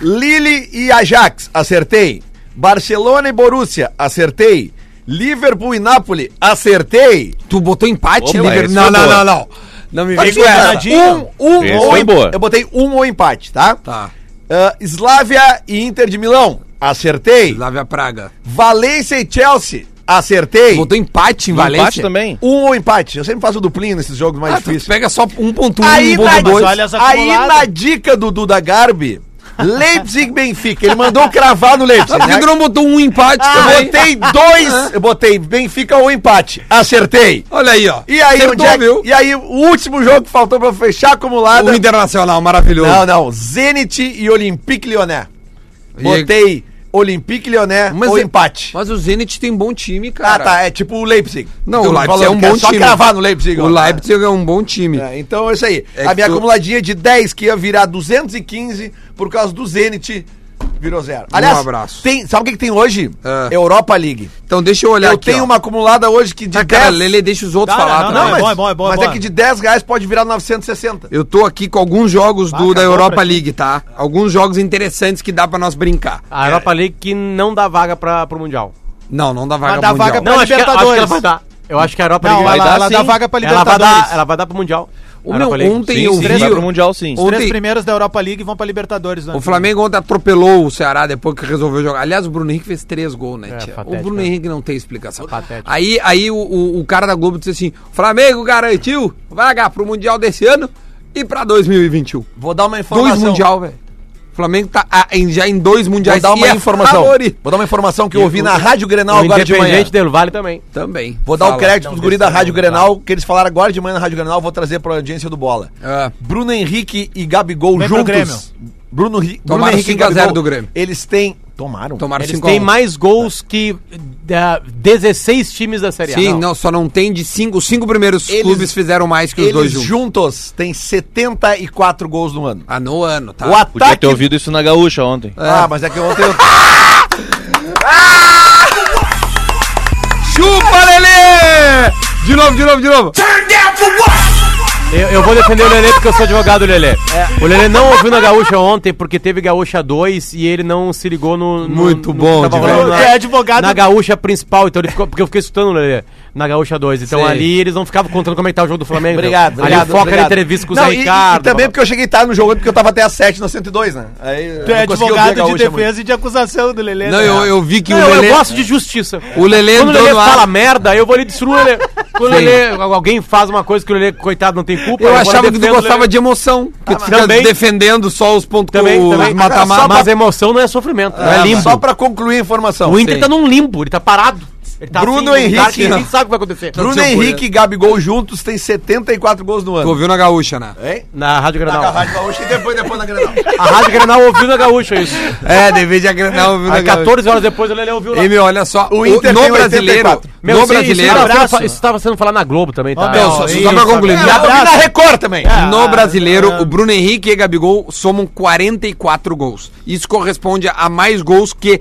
[SPEAKER 3] Lille e Ajax, acertei. Barcelona e Borussia, acertei. Liverpool e Nápoles, acertei.
[SPEAKER 2] Tu botou empate?
[SPEAKER 8] Opa,
[SPEAKER 2] Liber-
[SPEAKER 8] esse
[SPEAKER 2] Não,
[SPEAKER 8] foi
[SPEAKER 2] não,
[SPEAKER 8] boa.
[SPEAKER 2] não, não. Não me vem
[SPEAKER 3] Assim,
[SPEAKER 2] com
[SPEAKER 3] cara,
[SPEAKER 2] essa.
[SPEAKER 5] Tadinho.
[SPEAKER 3] um, um
[SPEAKER 8] é Esse
[SPEAKER 3] ou
[SPEAKER 8] foi
[SPEAKER 3] em-
[SPEAKER 8] boa.
[SPEAKER 3] Eu botei um ou empate, tá?
[SPEAKER 2] Tá.
[SPEAKER 3] Ah, Slávia e Inter de Milão, acertei.
[SPEAKER 2] Slavia Praga.
[SPEAKER 3] Valência e Chelsea, acertei.
[SPEAKER 2] Botou empate em Valência.
[SPEAKER 8] Empate também.
[SPEAKER 3] Um ou empate. Eu sempre faço duplinho nesses jogos mais
[SPEAKER 2] Ah, tu
[SPEAKER 3] difíceis.
[SPEAKER 2] pega só 1.1,
[SPEAKER 3] Aí na,
[SPEAKER 2] 1.2.
[SPEAKER 5] olha as
[SPEAKER 3] aí
[SPEAKER 5] acumuladas.
[SPEAKER 3] na dica do Duda Garbi, Leipzig e Benfica. Ele mandou cravar no Leipzig.
[SPEAKER 2] Sabe
[SPEAKER 3] né?
[SPEAKER 2] que tu não botou um empate
[SPEAKER 3] Ah, Eu
[SPEAKER 2] também?
[SPEAKER 3] botei dois. Eu botei Benfica ou empate. Acertei.
[SPEAKER 2] Olha aí, ó.
[SPEAKER 3] E aí,
[SPEAKER 2] Acertou,
[SPEAKER 3] onde é que-
[SPEAKER 2] viu?
[SPEAKER 3] e aí, o último jogo que faltou pra eu fechar acumulado.
[SPEAKER 2] O Internacional, maravilhoso.
[SPEAKER 3] Não, não. Zenit e Olympique Lyonnais.
[SPEAKER 2] E-
[SPEAKER 3] Botei Olympique Lyonnais
[SPEAKER 2] Mas
[SPEAKER 3] ou
[SPEAKER 2] é-
[SPEAKER 3] empate.
[SPEAKER 2] Mas o Zenit tem bom time,
[SPEAKER 3] Ah,
[SPEAKER 2] cara.
[SPEAKER 3] tá. É tipo o Leipzig.
[SPEAKER 2] Não,
[SPEAKER 3] Que
[SPEAKER 2] o
[SPEAKER 3] eu tô
[SPEAKER 2] Leipzig é
[SPEAKER 3] falando,
[SPEAKER 2] um
[SPEAKER 3] que
[SPEAKER 2] bom
[SPEAKER 3] só
[SPEAKER 2] time.
[SPEAKER 3] cravar no Leipzig.
[SPEAKER 2] O
[SPEAKER 3] ó.
[SPEAKER 2] Leipzig é um bom time.
[SPEAKER 3] É, então é isso aí.
[SPEAKER 2] É
[SPEAKER 3] a
[SPEAKER 2] que
[SPEAKER 3] minha
[SPEAKER 2] tu-
[SPEAKER 3] acumuladinha de 10 que ia virar 215 por causa do Zenit virou zero. Aliás,
[SPEAKER 2] Um abraço.
[SPEAKER 3] Tem, sabe o que, que tem hoje?
[SPEAKER 2] Ah.
[SPEAKER 3] Europa League.
[SPEAKER 2] Então deixa eu olhar
[SPEAKER 3] eu
[SPEAKER 2] aqui,
[SPEAKER 3] tenho
[SPEAKER 2] ó.
[SPEAKER 3] uma acumulada hoje que de
[SPEAKER 2] Ah, cara, Lele, deixa os outros
[SPEAKER 5] Não,
[SPEAKER 2] falar
[SPEAKER 5] não,
[SPEAKER 2] também.
[SPEAKER 5] não, é bom, é bom, é bom.
[SPEAKER 3] mas
[SPEAKER 5] é bom.
[SPEAKER 3] é que de 10 reais pode virar 960.
[SPEAKER 2] Eu tô aqui com alguns jogos do-
[SPEAKER 5] acabou
[SPEAKER 2] da Europa
[SPEAKER 5] pra ti.
[SPEAKER 2] League, tá? Alguns jogos interessantes que dá pra nós brincar.
[SPEAKER 4] A Europa League que não dá vaga pra, pro Mundial.
[SPEAKER 2] Não, não dá vaga
[SPEAKER 5] Mas dá
[SPEAKER 2] pro Mundial.
[SPEAKER 5] vaga pra-
[SPEAKER 4] Não, acho que, acho que ela
[SPEAKER 5] Libertadores.
[SPEAKER 4] vai dar. Eu acho que a Europa
[SPEAKER 5] Não,
[SPEAKER 4] League vai
[SPEAKER 5] ela-
[SPEAKER 4] dar.
[SPEAKER 5] ela dá
[SPEAKER 4] sim.
[SPEAKER 5] vaga pra
[SPEAKER 4] Ela vai
[SPEAKER 5] Libertadores.
[SPEAKER 4] dar, ela vai dar pro Mundial.
[SPEAKER 2] O
[SPEAKER 4] A
[SPEAKER 2] meu,
[SPEAKER 4] Europa League.
[SPEAKER 2] ontem
[SPEAKER 8] Sim,
[SPEAKER 2] eu
[SPEAKER 8] sim,
[SPEAKER 2] vi...
[SPEAKER 8] vai pro Mundial, sim.
[SPEAKER 5] Os três
[SPEAKER 2] Ontem-
[SPEAKER 5] primeiros da Europa League vão pra Libertadores. né?
[SPEAKER 2] O Flamengo ontem atropelou o Ceará depois que resolveu jogar. Aliás, o Bruno Henrique fez três gols, né,
[SPEAKER 4] É,
[SPEAKER 2] tia?
[SPEAKER 4] patético,
[SPEAKER 2] o Bruno
[SPEAKER 4] né?
[SPEAKER 2] Henrique não tem explicação.
[SPEAKER 4] Patético.
[SPEAKER 2] Aí, aí o, o- o cara da Globo disse assim: Flamengo garantiu vaga pro Mundial desse ano e pra 2021.
[SPEAKER 3] Vou dar uma
[SPEAKER 2] Dois Mundial, velho. O Flamengo tá ah, em- já em dois
[SPEAKER 3] Vou
[SPEAKER 2] mundiais.
[SPEAKER 3] dar uma
[SPEAKER 2] e é
[SPEAKER 3] informação.
[SPEAKER 2] favorito.
[SPEAKER 3] Vou dar uma informação que eu ouvi na Rádio Grenal
[SPEAKER 4] O
[SPEAKER 3] agora de manhã.
[SPEAKER 4] Independente Del Vale também.
[SPEAKER 2] Também.
[SPEAKER 3] Vou dar o
[SPEAKER 2] Fala.
[SPEAKER 3] crédito pros
[SPEAKER 4] Não,
[SPEAKER 3] guris da
[SPEAKER 4] desse não,
[SPEAKER 3] Rádio
[SPEAKER 2] tá.
[SPEAKER 3] Grenal, que eles falaram agora de manhã na Rádio Grenal, vou trazer pra audiência do Bola.
[SPEAKER 2] Ah.
[SPEAKER 3] Bruno Henrique e Gabigol
[SPEAKER 5] Vem pro Grêmio.
[SPEAKER 3] juntos. Bruno, Ri- Bruno
[SPEAKER 2] Tomaram
[SPEAKER 3] Henrique
[SPEAKER 2] 5 a 0 do Grêmio.
[SPEAKER 3] Eles têm. Tomaram.
[SPEAKER 2] Tomaram
[SPEAKER 4] Eles
[SPEAKER 2] cinco
[SPEAKER 4] têm
[SPEAKER 2] a um.
[SPEAKER 4] mais gols que da 16 times da Série A.
[SPEAKER 2] Sim,
[SPEAKER 4] ah, Não.
[SPEAKER 2] não. só não tem de cinco. Os cinco primeiros
[SPEAKER 3] Eles-
[SPEAKER 2] clubes fizeram mais que os
[SPEAKER 3] Eles
[SPEAKER 2] dois juntos.
[SPEAKER 3] juntos têm 74 gols no ano.
[SPEAKER 2] Ah, no ano, tá?
[SPEAKER 3] O
[SPEAKER 8] Podia
[SPEAKER 3] ataque.
[SPEAKER 8] ter ouvido isso na gaúcha ontem.
[SPEAKER 3] Ah, mas é que ontem eu.
[SPEAKER 2] Chupa, Lelê! De novo, de novo, de novo.
[SPEAKER 4] Eu, eu vou defender o Lelê porque eu sou advogado do
[SPEAKER 3] É.
[SPEAKER 4] Lelê. O Lelê não ouviu na Gaúcha ontem porque teve Gaúcha 2 e ele não se ligou no. no-
[SPEAKER 2] Muito
[SPEAKER 4] no
[SPEAKER 2] bom,
[SPEAKER 4] que tava
[SPEAKER 2] Divaldo.
[SPEAKER 4] rolando na,
[SPEAKER 5] É advogado.
[SPEAKER 4] Na Gaúcha principal, então ele ficou. Porque eu fiquei escutando o Lelê na Gaúcha 2. Então
[SPEAKER 2] Sei.
[SPEAKER 4] ali eles não ficavam contando como é que tá o jogo do Flamengo.
[SPEAKER 3] Obrigado,
[SPEAKER 4] Ali
[SPEAKER 3] obrigado.
[SPEAKER 4] foca
[SPEAKER 3] obrigado.
[SPEAKER 4] na entrevista com o
[SPEAKER 3] Não,
[SPEAKER 4] Zé
[SPEAKER 3] e-
[SPEAKER 4] Ricardo.
[SPEAKER 3] E, também porque eu cheguei tarde no jogo, é porque eu tava até às 7 na 102, né? Aí,
[SPEAKER 5] Tu é advogado de defesa e de acusação do Lelê.
[SPEAKER 2] Não,
[SPEAKER 5] né?
[SPEAKER 2] eu, eu vi que
[SPEAKER 4] Não,
[SPEAKER 2] o
[SPEAKER 4] eu-
[SPEAKER 2] Lelê...
[SPEAKER 4] eu gosto de justiça.
[SPEAKER 2] O Lelê
[SPEAKER 4] Quando o
[SPEAKER 2] entrou
[SPEAKER 4] Lelê
[SPEAKER 2] no ar.
[SPEAKER 4] fala merda, eu vou ali destruir o Lelê. Quando o
[SPEAKER 2] Sim.
[SPEAKER 4] Lelê, alguém faz uma coisa que o Lelê, coitado, não tem culpa.
[SPEAKER 2] Eu,
[SPEAKER 4] vou lá
[SPEAKER 2] achava que tu
[SPEAKER 4] defendo o
[SPEAKER 2] gostava
[SPEAKER 4] Lelê.
[SPEAKER 2] de emoção. Que tu fica
[SPEAKER 4] Também.
[SPEAKER 2] defendendo só os pontos
[SPEAKER 4] Também,
[SPEAKER 2] os
[SPEAKER 4] também.
[SPEAKER 2] mata
[SPEAKER 4] Mas,
[SPEAKER 2] -mata.
[SPEAKER 4] mas emoção não é sofrimento, não é limbo.
[SPEAKER 3] Só pra concluir a informação.
[SPEAKER 4] O Inter
[SPEAKER 2] Sim.
[SPEAKER 4] tá num limbo, ele tá parado. Ele tá
[SPEAKER 3] Bruno
[SPEAKER 4] num lugar
[SPEAKER 3] Henrique,
[SPEAKER 4] que
[SPEAKER 3] não.
[SPEAKER 4] ninguém sabe o que vai acontecer.
[SPEAKER 3] Bruno
[SPEAKER 2] Seu
[SPEAKER 3] Henrique e Gabigol juntos têm 74 gols no
[SPEAKER 2] Tu
[SPEAKER 3] ano.
[SPEAKER 2] ouviu na gaúcha, né?
[SPEAKER 3] Hein?
[SPEAKER 4] Na Rádio
[SPEAKER 3] Na
[SPEAKER 4] Granal.
[SPEAKER 3] Rádio Gaúcha e depois, depois na Grenal.
[SPEAKER 4] A Rádio Granal ouviu na Gaúcha isso.
[SPEAKER 2] É, dever de agradar ouviu
[SPEAKER 4] Aí 14 horas depois o Lelê ouviu lá.
[SPEAKER 2] E me olha só, o
[SPEAKER 3] Inter
[SPEAKER 2] no
[SPEAKER 3] tem
[SPEAKER 2] brasileiro,
[SPEAKER 3] 84.
[SPEAKER 4] Meu, um
[SPEAKER 2] no
[SPEAKER 4] isso-
[SPEAKER 2] brasileiro,
[SPEAKER 4] Isso tava, sendo,
[SPEAKER 5] Abraço.
[SPEAKER 4] isso tava sendo falado na Globo também, tá?
[SPEAKER 5] Ó,
[SPEAKER 2] Não,
[SPEAKER 5] meu,
[SPEAKER 2] só,
[SPEAKER 5] isso,
[SPEAKER 2] só pra concluir,
[SPEAKER 5] sabe?
[SPEAKER 4] Um
[SPEAKER 2] no
[SPEAKER 5] É,
[SPEAKER 2] Bra-
[SPEAKER 3] na Record também.
[SPEAKER 4] Ah.
[SPEAKER 2] no brasileiro,
[SPEAKER 5] é.
[SPEAKER 2] o Bruno Henrique e Gabigol somam 44 gols. Isso corresponde a mais gols que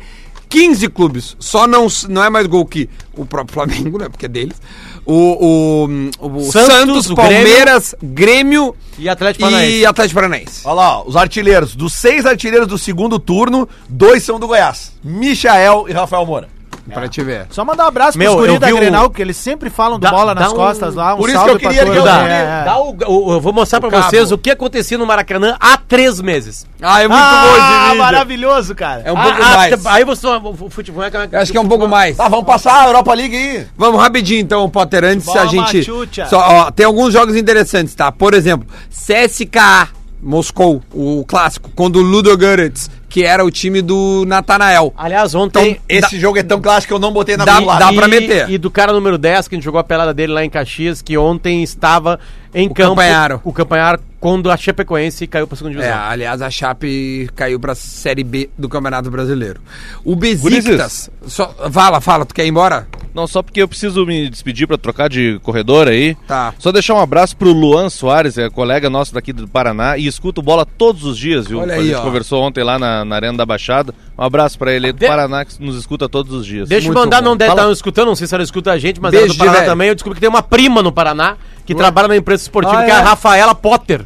[SPEAKER 2] 15 clubes. Só não, s- não é mais gol que o próprio Flamengo, né? Porque é deles. O, o, o
[SPEAKER 4] Santos,
[SPEAKER 2] Santos,
[SPEAKER 4] o Grêmio.
[SPEAKER 2] Palmeiras, Grêmio,
[SPEAKER 4] E Atlético
[SPEAKER 2] e
[SPEAKER 4] Paranaense.
[SPEAKER 2] Atlético Paranaense.
[SPEAKER 3] Olha lá, ó, os artilheiros. Dos seis artilheiros do segundo turno, dois são do Goiás. Michael e Rafael Moura.
[SPEAKER 2] Pra te ver.
[SPEAKER 5] Só mandar um abraço
[SPEAKER 4] Meu,
[SPEAKER 5] pros guris
[SPEAKER 4] eu
[SPEAKER 5] da
[SPEAKER 4] vi o-
[SPEAKER 5] Grenal, que eles sempre falam do
[SPEAKER 4] Dá-
[SPEAKER 5] bola
[SPEAKER 4] dá
[SPEAKER 5] nas
[SPEAKER 4] um-
[SPEAKER 5] costas lá. Um
[SPEAKER 3] Por isso
[SPEAKER 5] salve
[SPEAKER 3] que eu
[SPEAKER 5] pra
[SPEAKER 3] queria que
[SPEAKER 5] todos.
[SPEAKER 3] eu-
[SPEAKER 5] É,
[SPEAKER 4] Dá, dá o, o- eu vou mostrar pra
[SPEAKER 2] cabo.
[SPEAKER 4] vocês o que acontecia no Maracanã há três meses.
[SPEAKER 2] Ah, é muito bom esse
[SPEAKER 5] Ah,
[SPEAKER 2] vídeo.
[SPEAKER 5] maravilhoso, cara.
[SPEAKER 2] É um
[SPEAKER 4] Ah,
[SPEAKER 2] pouco
[SPEAKER 4] ah,
[SPEAKER 2] mais.
[SPEAKER 4] Aí você. O futebol é
[SPEAKER 2] Eu acho que é um pouco mais.
[SPEAKER 3] Tá, vamos passar a Europa League aí.
[SPEAKER 2] Vamos rapidinho então, Potter, antes
[SPEAKER 5] Bola,
[SPEAKER 2] a gente.
[SPEAKER 5] Machucha.
[SPEAKER 2] Só, ó, tem alguns jogos interessantes, tá? Por exemplo, CSKA Moscou, o clássico, quando o Ludo Goretz, que era o time do Natanael.
[SPEAKER 4] Aliás, ontem.
[SPEAKER 3] Esse jogo é tão clássico que eu não botei na
[SPEAKER 2] Dá-
[SPEAKER 3] minha
[SPEAKER 2] dá
[SPEAKER 3] lado.
[SPEAKER 4] E-
[SPEAKER 2] pra meter.
[SPEAKER 4] E do cara número 10, que a gente jogou a pelada dele lá em Caxias, que ontem estava em campo.
[SPEAKER 2] Campanharo.
[SPEAKER 4] O Campanharo, quando a Chapecoense caiu pra segunda
[SPEAKER 2] É,
[SPEAKER 4] divisão.
[SPEAKER 2] aliás, a Chape caiu pra Série B do Campeonato Brasileiro. O
[SPEAKER 8] Gurizes.
[SPEAKER 2] Besiktas. Só, fala, fala, tu quer ir embora?
[SPEAKER 8] Não, só porque eu preciso me despedir pra trocar de corredor aí.
[SPEAKER 2] Tá.
[SPEAKER 8] Só deixar um abraço pro Luan Soares, é colega nosso daqui do Paraná, e escuta o bola todos os dias, viu?
[SPEAKER 2] Olha
[SPEAKER 8] a
[SPEAKER 2] aí,
[SPEAKER 8] gente
[SPEAKER 2] ó.
[SPEAKER 8] conversou ontem lá na, na Arena da Baixada. Um abraço pra ele aí do
[SPEAKER 4] De-
[SPEAKER 8] Paraná, que nos escuta todos os dias.
[SPEAKER 4] Deixa eu
[SPEAKER 2] Muito
[SPEAKER 4] mandar,
[SPEAKER 2] bom.
[SPEAKER 4] não deve
[SPEAKER 8] Fala.
[SPEAKER 4] estar escutando, não sei se ela escuta a gente, mas
[SPEAKER 2] Beijo
[SPEAKER 4] ela é do
[SPEAKER 2] de
[SPEAKER 4] Paraná
[SPEAKER 2] velho.
[SPEAKER 4] também. Eu descobri que tem uma prima no Paraná que trabalha na empresa esportiva,
[SPEAKER 2] Ah,
[SPEAKER 4] que é
[SPEAKER 2] é?
[SPEAKER 4] a Rafaela Potter.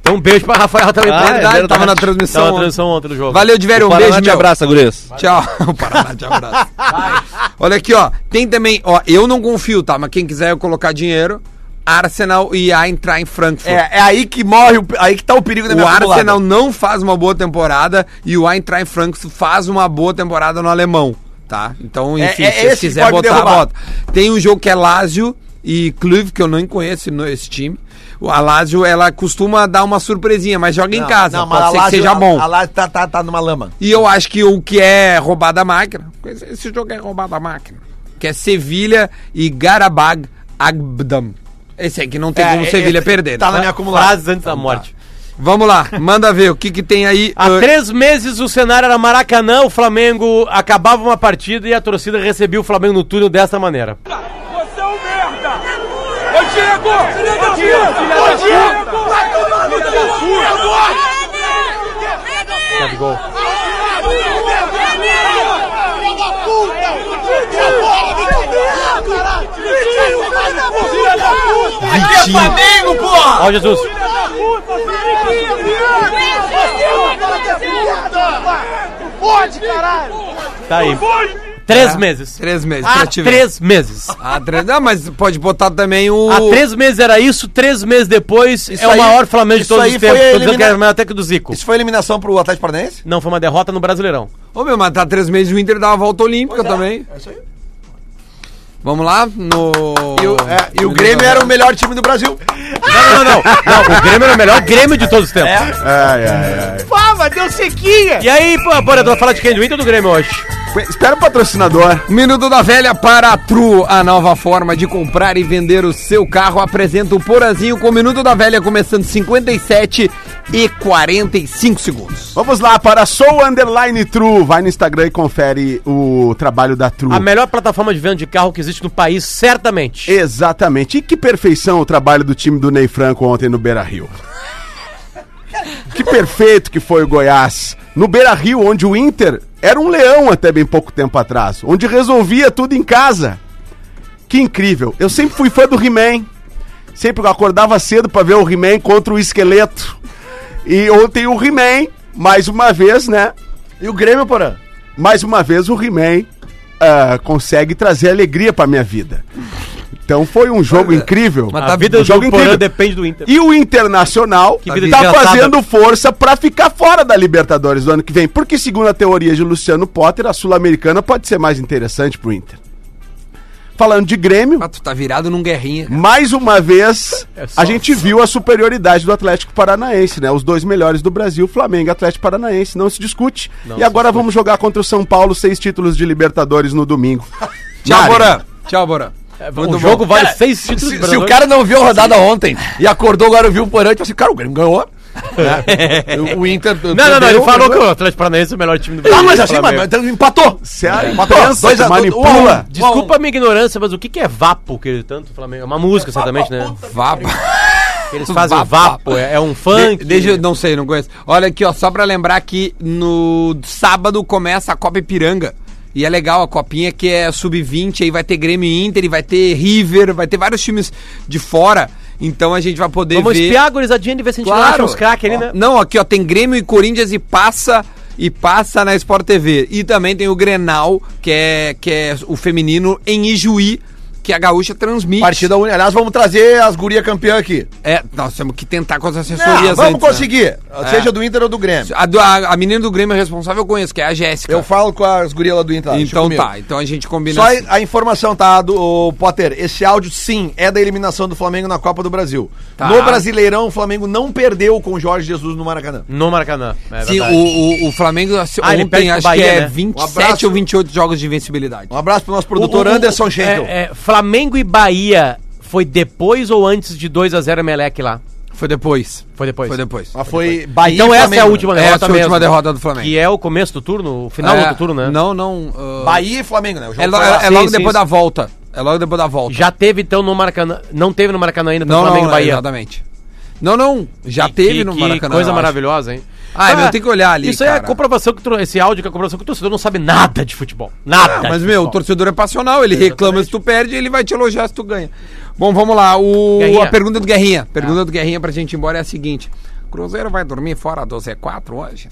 [SPEAKER 4] Então um beijo pra Rafaela também.
[SPEAKER 8] Ah,
[SPEAKER 4] pra
[SPEAKER 8] é
[SPEAKER 4] ela.
[SPEAKER 8] verdade.
[SPEAKER 2] tava na transmissão.
[SPEAKER 4] Tava na transmissão ontem do jogo.
[SPEAKER 2] Valeu, Diverio.
[SPEAKER 8] o
[SPEAKER 2] Um
[SPEAKER 8] Paraná
[SPEAKER 2] beijo,
[SPEAKER 8] te
[SPEAKER 2] meu.
[SPEAKER 8] abraça, gurias.
[SPEAKER 2] Tchau. O Paraná te abraça. Olha aqui, ó. Tem também, ó. Eu não confio, tá? Mas quem quiser eu colocar dinheiro, Arsenal e a entrar em Frankfurt.
[SPEAKER 3] É, é aí que morre, o, aí que tá o perigo da
[SPEAKER 2] O
[SPEAKER 3] minha
[SPEAKER 2] Arsenal não faz uma boa temporada e o Eintracht Frankfurt faz uma boa temporada no alemão, tá? Então,
[SPEAKER 3] É-
[SPEAKER 2] enfim,
[SPEAKER 3] é
[SPEAKER 2] se vocês
[SPEAKER 3] esse que
[SPEAKER 2] quiserem
[SPEAKER 3] pode
[SPEAKER 2] botar,
[SPEAKER 3] derrubar.
[SPEAKER 2] bota. Tem um jogo que é Lazio e Clube, que eu não conheço no- esse time. O- A Lazio, ela costuma dar uma surpresinha, mas joga em casa.
[SPEAKER 3] Não, mas
[SPEAKER 2] pode
[SPEAKER 3] a
[SPEAKER 2] ser
[SPEAKER 3] Lazio-
[SPEAKER 2] que seja bom.
[SPEAKER 3] A, a Lazio tá, tá, tá numa lama.
[SPEAKER 2] E eu acho que o que é roubar da máquina, esse- esse jogo é roubar da máquina, que é Sevilha e Garabag Agdam. Esse aí que não tem como Sevilha perder.
[SPEAKER 3] É, Tá na
[SPEAKER 2] né?
[SPEAKER 3] minha acumulada.
[SPEAKER 4] Ah, Frases antes da morte.
[SPEAKER 2] Vamos lá, manda ver o que que tem aí.
[SPEAKER 4] Há
[SPEAKER 2] ah,
[SPEAKER 4] três meses o cenário era Maracanã, o Flamengo acabava uma partida e a torcida recebia o Flamengo no túnel dessa maneira. Ó Jesus, tá aí. Três meses.
[SPEAKER 2] Três meses,
[SPEAKER 3] Ah,
[SPEAKER 4] Há
[SPEAKER 2] pra te ver.
[SPEAKER 4] três meses.
[SPEAKER 2] Ah, três. Não, mas pode botar também o.
[SPEAKER 3] Ah,
[SPEAKER 4] Há três meses era isso, três meses depois
[SPEAKER 3] Isso
[SPEAKER 4] é o
[SPEAKER 3] aí-
[SPEAKER 4] maior Flamengo de
[SPEAKER 3] isso
[SPEAKER 4] todos os
[SPEAKER 3] aí
[SPEAKER 4] tempos.
[SPEAKER 3] foi
[SPEAKER 4] Tô dizendo que
[SPEAKER 3] elimina-
[SPEAKER 4] era maior até que o do Zico.
[SPEAKER 3] Isso foi eliminação pro Atlético Paranaense?
[SPEAKER 4] Não, foi uma derrota no Brasileirão.
[SPEAKER 2] Ô, meu, mas tá três meses o Inter dá uma volta olímpica também.
[SPEAKER 3] É isso aí.
[SPEAKER 2] Vamos lá? No.
[SPEAKER 3] E o, é, e o Grêmio era o melhor time do Brasil.
[SPEAKER 4] Não, não, não. não. o Grêmio era o
[SPEAKER 3] É,
[SPEAKER 4] melhor Grêmio de todos os tempos.
[SPEAKER 7] Ai, ai, ai.
[SPEAKER 5] Fava, deu sequinha!
[SPEAKER 4] E aí, pô, bora tu vai falar de quem? Do Inter ou do Grêmio hoje?
[SPEAKER 7] Espera o patrocinador.
[SPEAKER 2] Minuto da Velha para a Tru, a nova forma de comprar e vender o seu carro. Apresenta o Porazinho com o Minuto da Velha começando 57 e 45 segundos.
[SPEAKER 7] Vamos lá para Sou Underline True. Vai no Instagram e confere o trabalho da True.
[SPEAKER 4] A melhor plataforma de venda de carro que existe no país, certamente.
[SPEAKER 7] Exatamente. E que perfeição o trabalho do time do Ney Franco ontem no Beira Rio. Que perfeito que foi o Goiás. No Beira Rio, onde o Inter era um leão até bem pouco tempo atrás, onde resolvia tudo em casa. Que incrível. Eu sempre fui fã do He-Man. Sempre eu acordava cedo pra ver o He-Man contra o esqueleto. E ontem o He-Man, mais uma vez, né?
[SPEAKER 3] E o Grêmio, Porã?
[SPEAKER 7] mais uma vez o He-Man ah, consegue trazer alegria pra minha vida. Então foi um jogo incrível.
[SPEAKER 2] mas
[SPEAKER 4] A
[SPEAKER 2] tá-
[SPEAKER 4] vida
[SPEAKER 7] um jogo
[SPEAKER 4] do Porã
[SPEAKER 7] incrível.
[SPEAKER 4] depende do Inter.
[SPEAKER 7] E o Internacional
[SPEAKER 4] vida
[SPEAKER 7] tá
[SPEAKER 4] desgraçada.
[SPEAKER 7] fazendo força pra ficar fora da Libertadores do ano que vem, porque segundo a teoria de Luciano Potter, a Sul-Americana pode ser mais interessante pro Inter. Falando de Grêmio,
[SPEAKER 2] Ah, tu tá virado num guerrinha.
[SPEAKER 7] mais uma vez,
[SPEAKER 4] É só-
[SPEAKER 7] a gente viu a superioridade do Atlético Paranaense, né? Os dois melhores do Brasil, Flamengo e Atlético Paranaense, não se discute. e agora vamos jogar contra o São Paulo, seis títulos de Libertadores no domingo.
[SPEAKER 2] Tchau,
[SPEAKER 7] Mari,
[SPEAKER 2] Porã. Tchau, Porã.
[SPEAKER 4] o
[SPEAKER 2] bom.
[SPEAKER 4] É, um jogo vale seis títulos
[SPEAKER 3] Se, se
[SPEAKER 4] brasileiros.
[SPEAKER 3] o cara não viu a rodada ontem e acordou agora e viu o Porã, tipo assim, cara, o Grêmio ganhou. Né? O, o Inter.
[SPEAKER 4] Não, não, não, ele
[SPEAKER 3] perdeu,
[SPEAKER 4] falou que
[SPEAKER 3] ganhou.
[SPEAKER 4] o Atlético Paranaense é o melhor time do
[SPEAKER 3] Ah,
[SPEAKER 4] Brasil.
[SPEAKER 3] mas assim, mas,
[SPEAKER 4] Flamengo.
[SPEAKER 3] mas empatou.
[SPEAKER 7] Sério?
[SPEAKER 3] Empatou.
[SPEAKER 7] Pensa,
[SPEAKER 3] é Dois a-
[SPEAKER 7] manipula.
[SPEAKER 3] um a um.
[SPEAKER 4] Desculpa a minha ignorância, mas o que que é vapo, querido? Tanto Flamengo. É uma música, certamente, né?
[SPEAKER 2] Vá.
[SPEAKER 4] Que eles fazem
[SPEAKER 2] Vapo.
[SPEAKER 4] vapo, é, é um
[SPEAKER 2] De,
[SPEAKER 4] funk.
[SPEAKER 2] deixa eu- não sei, não conheço. Olha aqui, ó, só pra lembrar que no sábado começa a Copa Ipiranga. E é legal a copinha que é sub-20, aí vai ter Grêmio e Inter, e vai ter River, vai ter vários times de fora. Então a gente vai poder
[SPEAKER 4] Vamos
[SPEAKER 2] ver.
[SPEAKER 4] espiar a gurizadinha e ver se a gente não acha
[SPEAKER 2] Claro.
[SPEAKER 4] uns craques ali, né?
[SPEAKER 2] Não, aqui ó, tem Grêmio e Corinthians e passa e passa na Sport TV. E também tem o Grenal, que é, que é o feminino em Ijuí, que a Gaúcha transmite.
[SPEAKER 3] Partida única. Aliás, vamos trazer as gurias campeã aqui.
[SPEAKER 2] É, nós temos que tentar com as
[SPEAKER 3] Não,
[SPEAKER 2] assessorias
[SPEAKER 3] vamos
[SPEAKER 2] antes, né?
[SPEAKER 3] conseguir. Ah, Seja do Inter ou do Grêmio.
[SPEAKER 2] A, do- a- a menina do Grêmio responsável eu conheço, que é a Jéssica.
[SPEAKER 3] Eu falo com as gurias lá do Inter. lá, deixa
[SPEAKER 2] Então
[SPEAKER 3] comigo.
[SPEAKER 2] tá, então a gente combina.
[SPEAKER 3] Só
[SPEAKER 2] assim.
[SPEAKER 3] a informação, tá, do ô, Potter? Esse áudio, sim, é da eliminação do Flamengo na Copa do Brasil.
[SPEAKER 2] Tá.
[SPEAKER 3] No Brasileirão, o Flamengo não perdeu com o Jorge Jesus no Maracanã.
[SPEAKER 4] No Maracanã. É
[SPEAKER 2] Sim,
[SPEAKER 4] verdade.
[SPEAKER 2] o, o, o Flamengo assim,
[SPEAKER 4] Ah, ele perde
[SPEAKER 2] ontem
[SPEAKER 4] pro
[SPEAKER 2] acho
[SPEAKER 4] Bahia,
[SPEAKER 2] que é
[SPEAKER 4] né?
[SPEAKER 2] 27
[SPEAKER 3] Um abraço.
[SPEAKER 2] ou 28 jogos de invencibilidade.
[SPEAKER 3] Um abraço pro nosso produtor
[SPEAKER 4] O- é, o-
[SPEAKER 3] Anderson
[SPEAKER 4] o-
[SPEAKER 3] Schenkel.
[SPEAKER 4] é, é, Flamengo e Bahia foi depois ou antes de 2x0 Meleque lá?
[SPEAKER 2] Foi depois.
[SPEAKER 4] Foi depois.
[SPEAKER 2] Foi depois.
[SPEAKER 7] Mas foi
[SPEAKER 4] Bahia então
[SPEAKER 7] e
[SPEAKER 4] essa é a
[SPEAKER 7] Flamengo.
[SPEAKER 4] última
[SPEAKER 2] Essa
[SPEAKER 4] derrota
[SPEAKER 2] é a última
[SPEAKER 4] mesmo,
[SPEAKER 2] derrota do Flamengo.
[SPEAKER 4] Que é o começo do turno, o final
[SPEAKER 2] É,
[SPEAKER 4] do turno, né?
[SPEAKER 2] Não, não. ah,
[SPEAKER 7] Bahia e Flamengo, né? O jogo
[SPEAKER 2] é, lo-
[SPEAKER 7] foi lá.
[SPEAKER 2] é- é logo
[SPEAKER 8] Sim, sim,
[SPEAKER 2] depois
[SPEAKER 8] sim.
[SPEAKER 2] da volta. É logo depois da volta.
[SPEAKER 4] Já teve então no Maracanã, não teve no Maracanã ainda, então,
[SPEAKER 2] não,
[SPEAKER 4] Flamengo
[SPEAKER 2] não,
[SPEAKER 4] e Bahia.
[SPEAKER 2] exatamente. Não, não. Já
[SPEAKER 4] Que-
[SPEAKER 2] teve
[SPEAKER 4] que-
[SPEAKER 2] no
[SPEAKER 4] que
[SPEAKER 2] Maracanã.
[SPEAKER 4] coisa
[SPEAKER 2] eu acho.
[SPEAKER 4] maravilhosa, hein?
[SPEAKER 2] Ah, eu tenho que olhar ali,
[SPEAKER 4] Isso aí é
[SPEAKER 2] cara.
[SPEAKER 4] a comprovação que tro- esse áudio que é a comprovação que o torcedor não sabe nada de futebol. Nada.
[SPEAKER 2] Mas,
[SPEAKER 4] de
[SPEAKER 2] meu, o
[SPEAKER 4] futebol.
[SPEAKER 2] torcedor é passional. Ele reclama se tu perde ele vai te elogiar se tu ganha. Bom, vamos lá. O,
[SPEAKER 4] Guerrinha.
[SPEAKER 2] a pergunta do Guerrinha. Pergunta do Guerrinha pra gente ir embora é a seguinte. Cruzeiro vai dormir fora do Z4 hoje?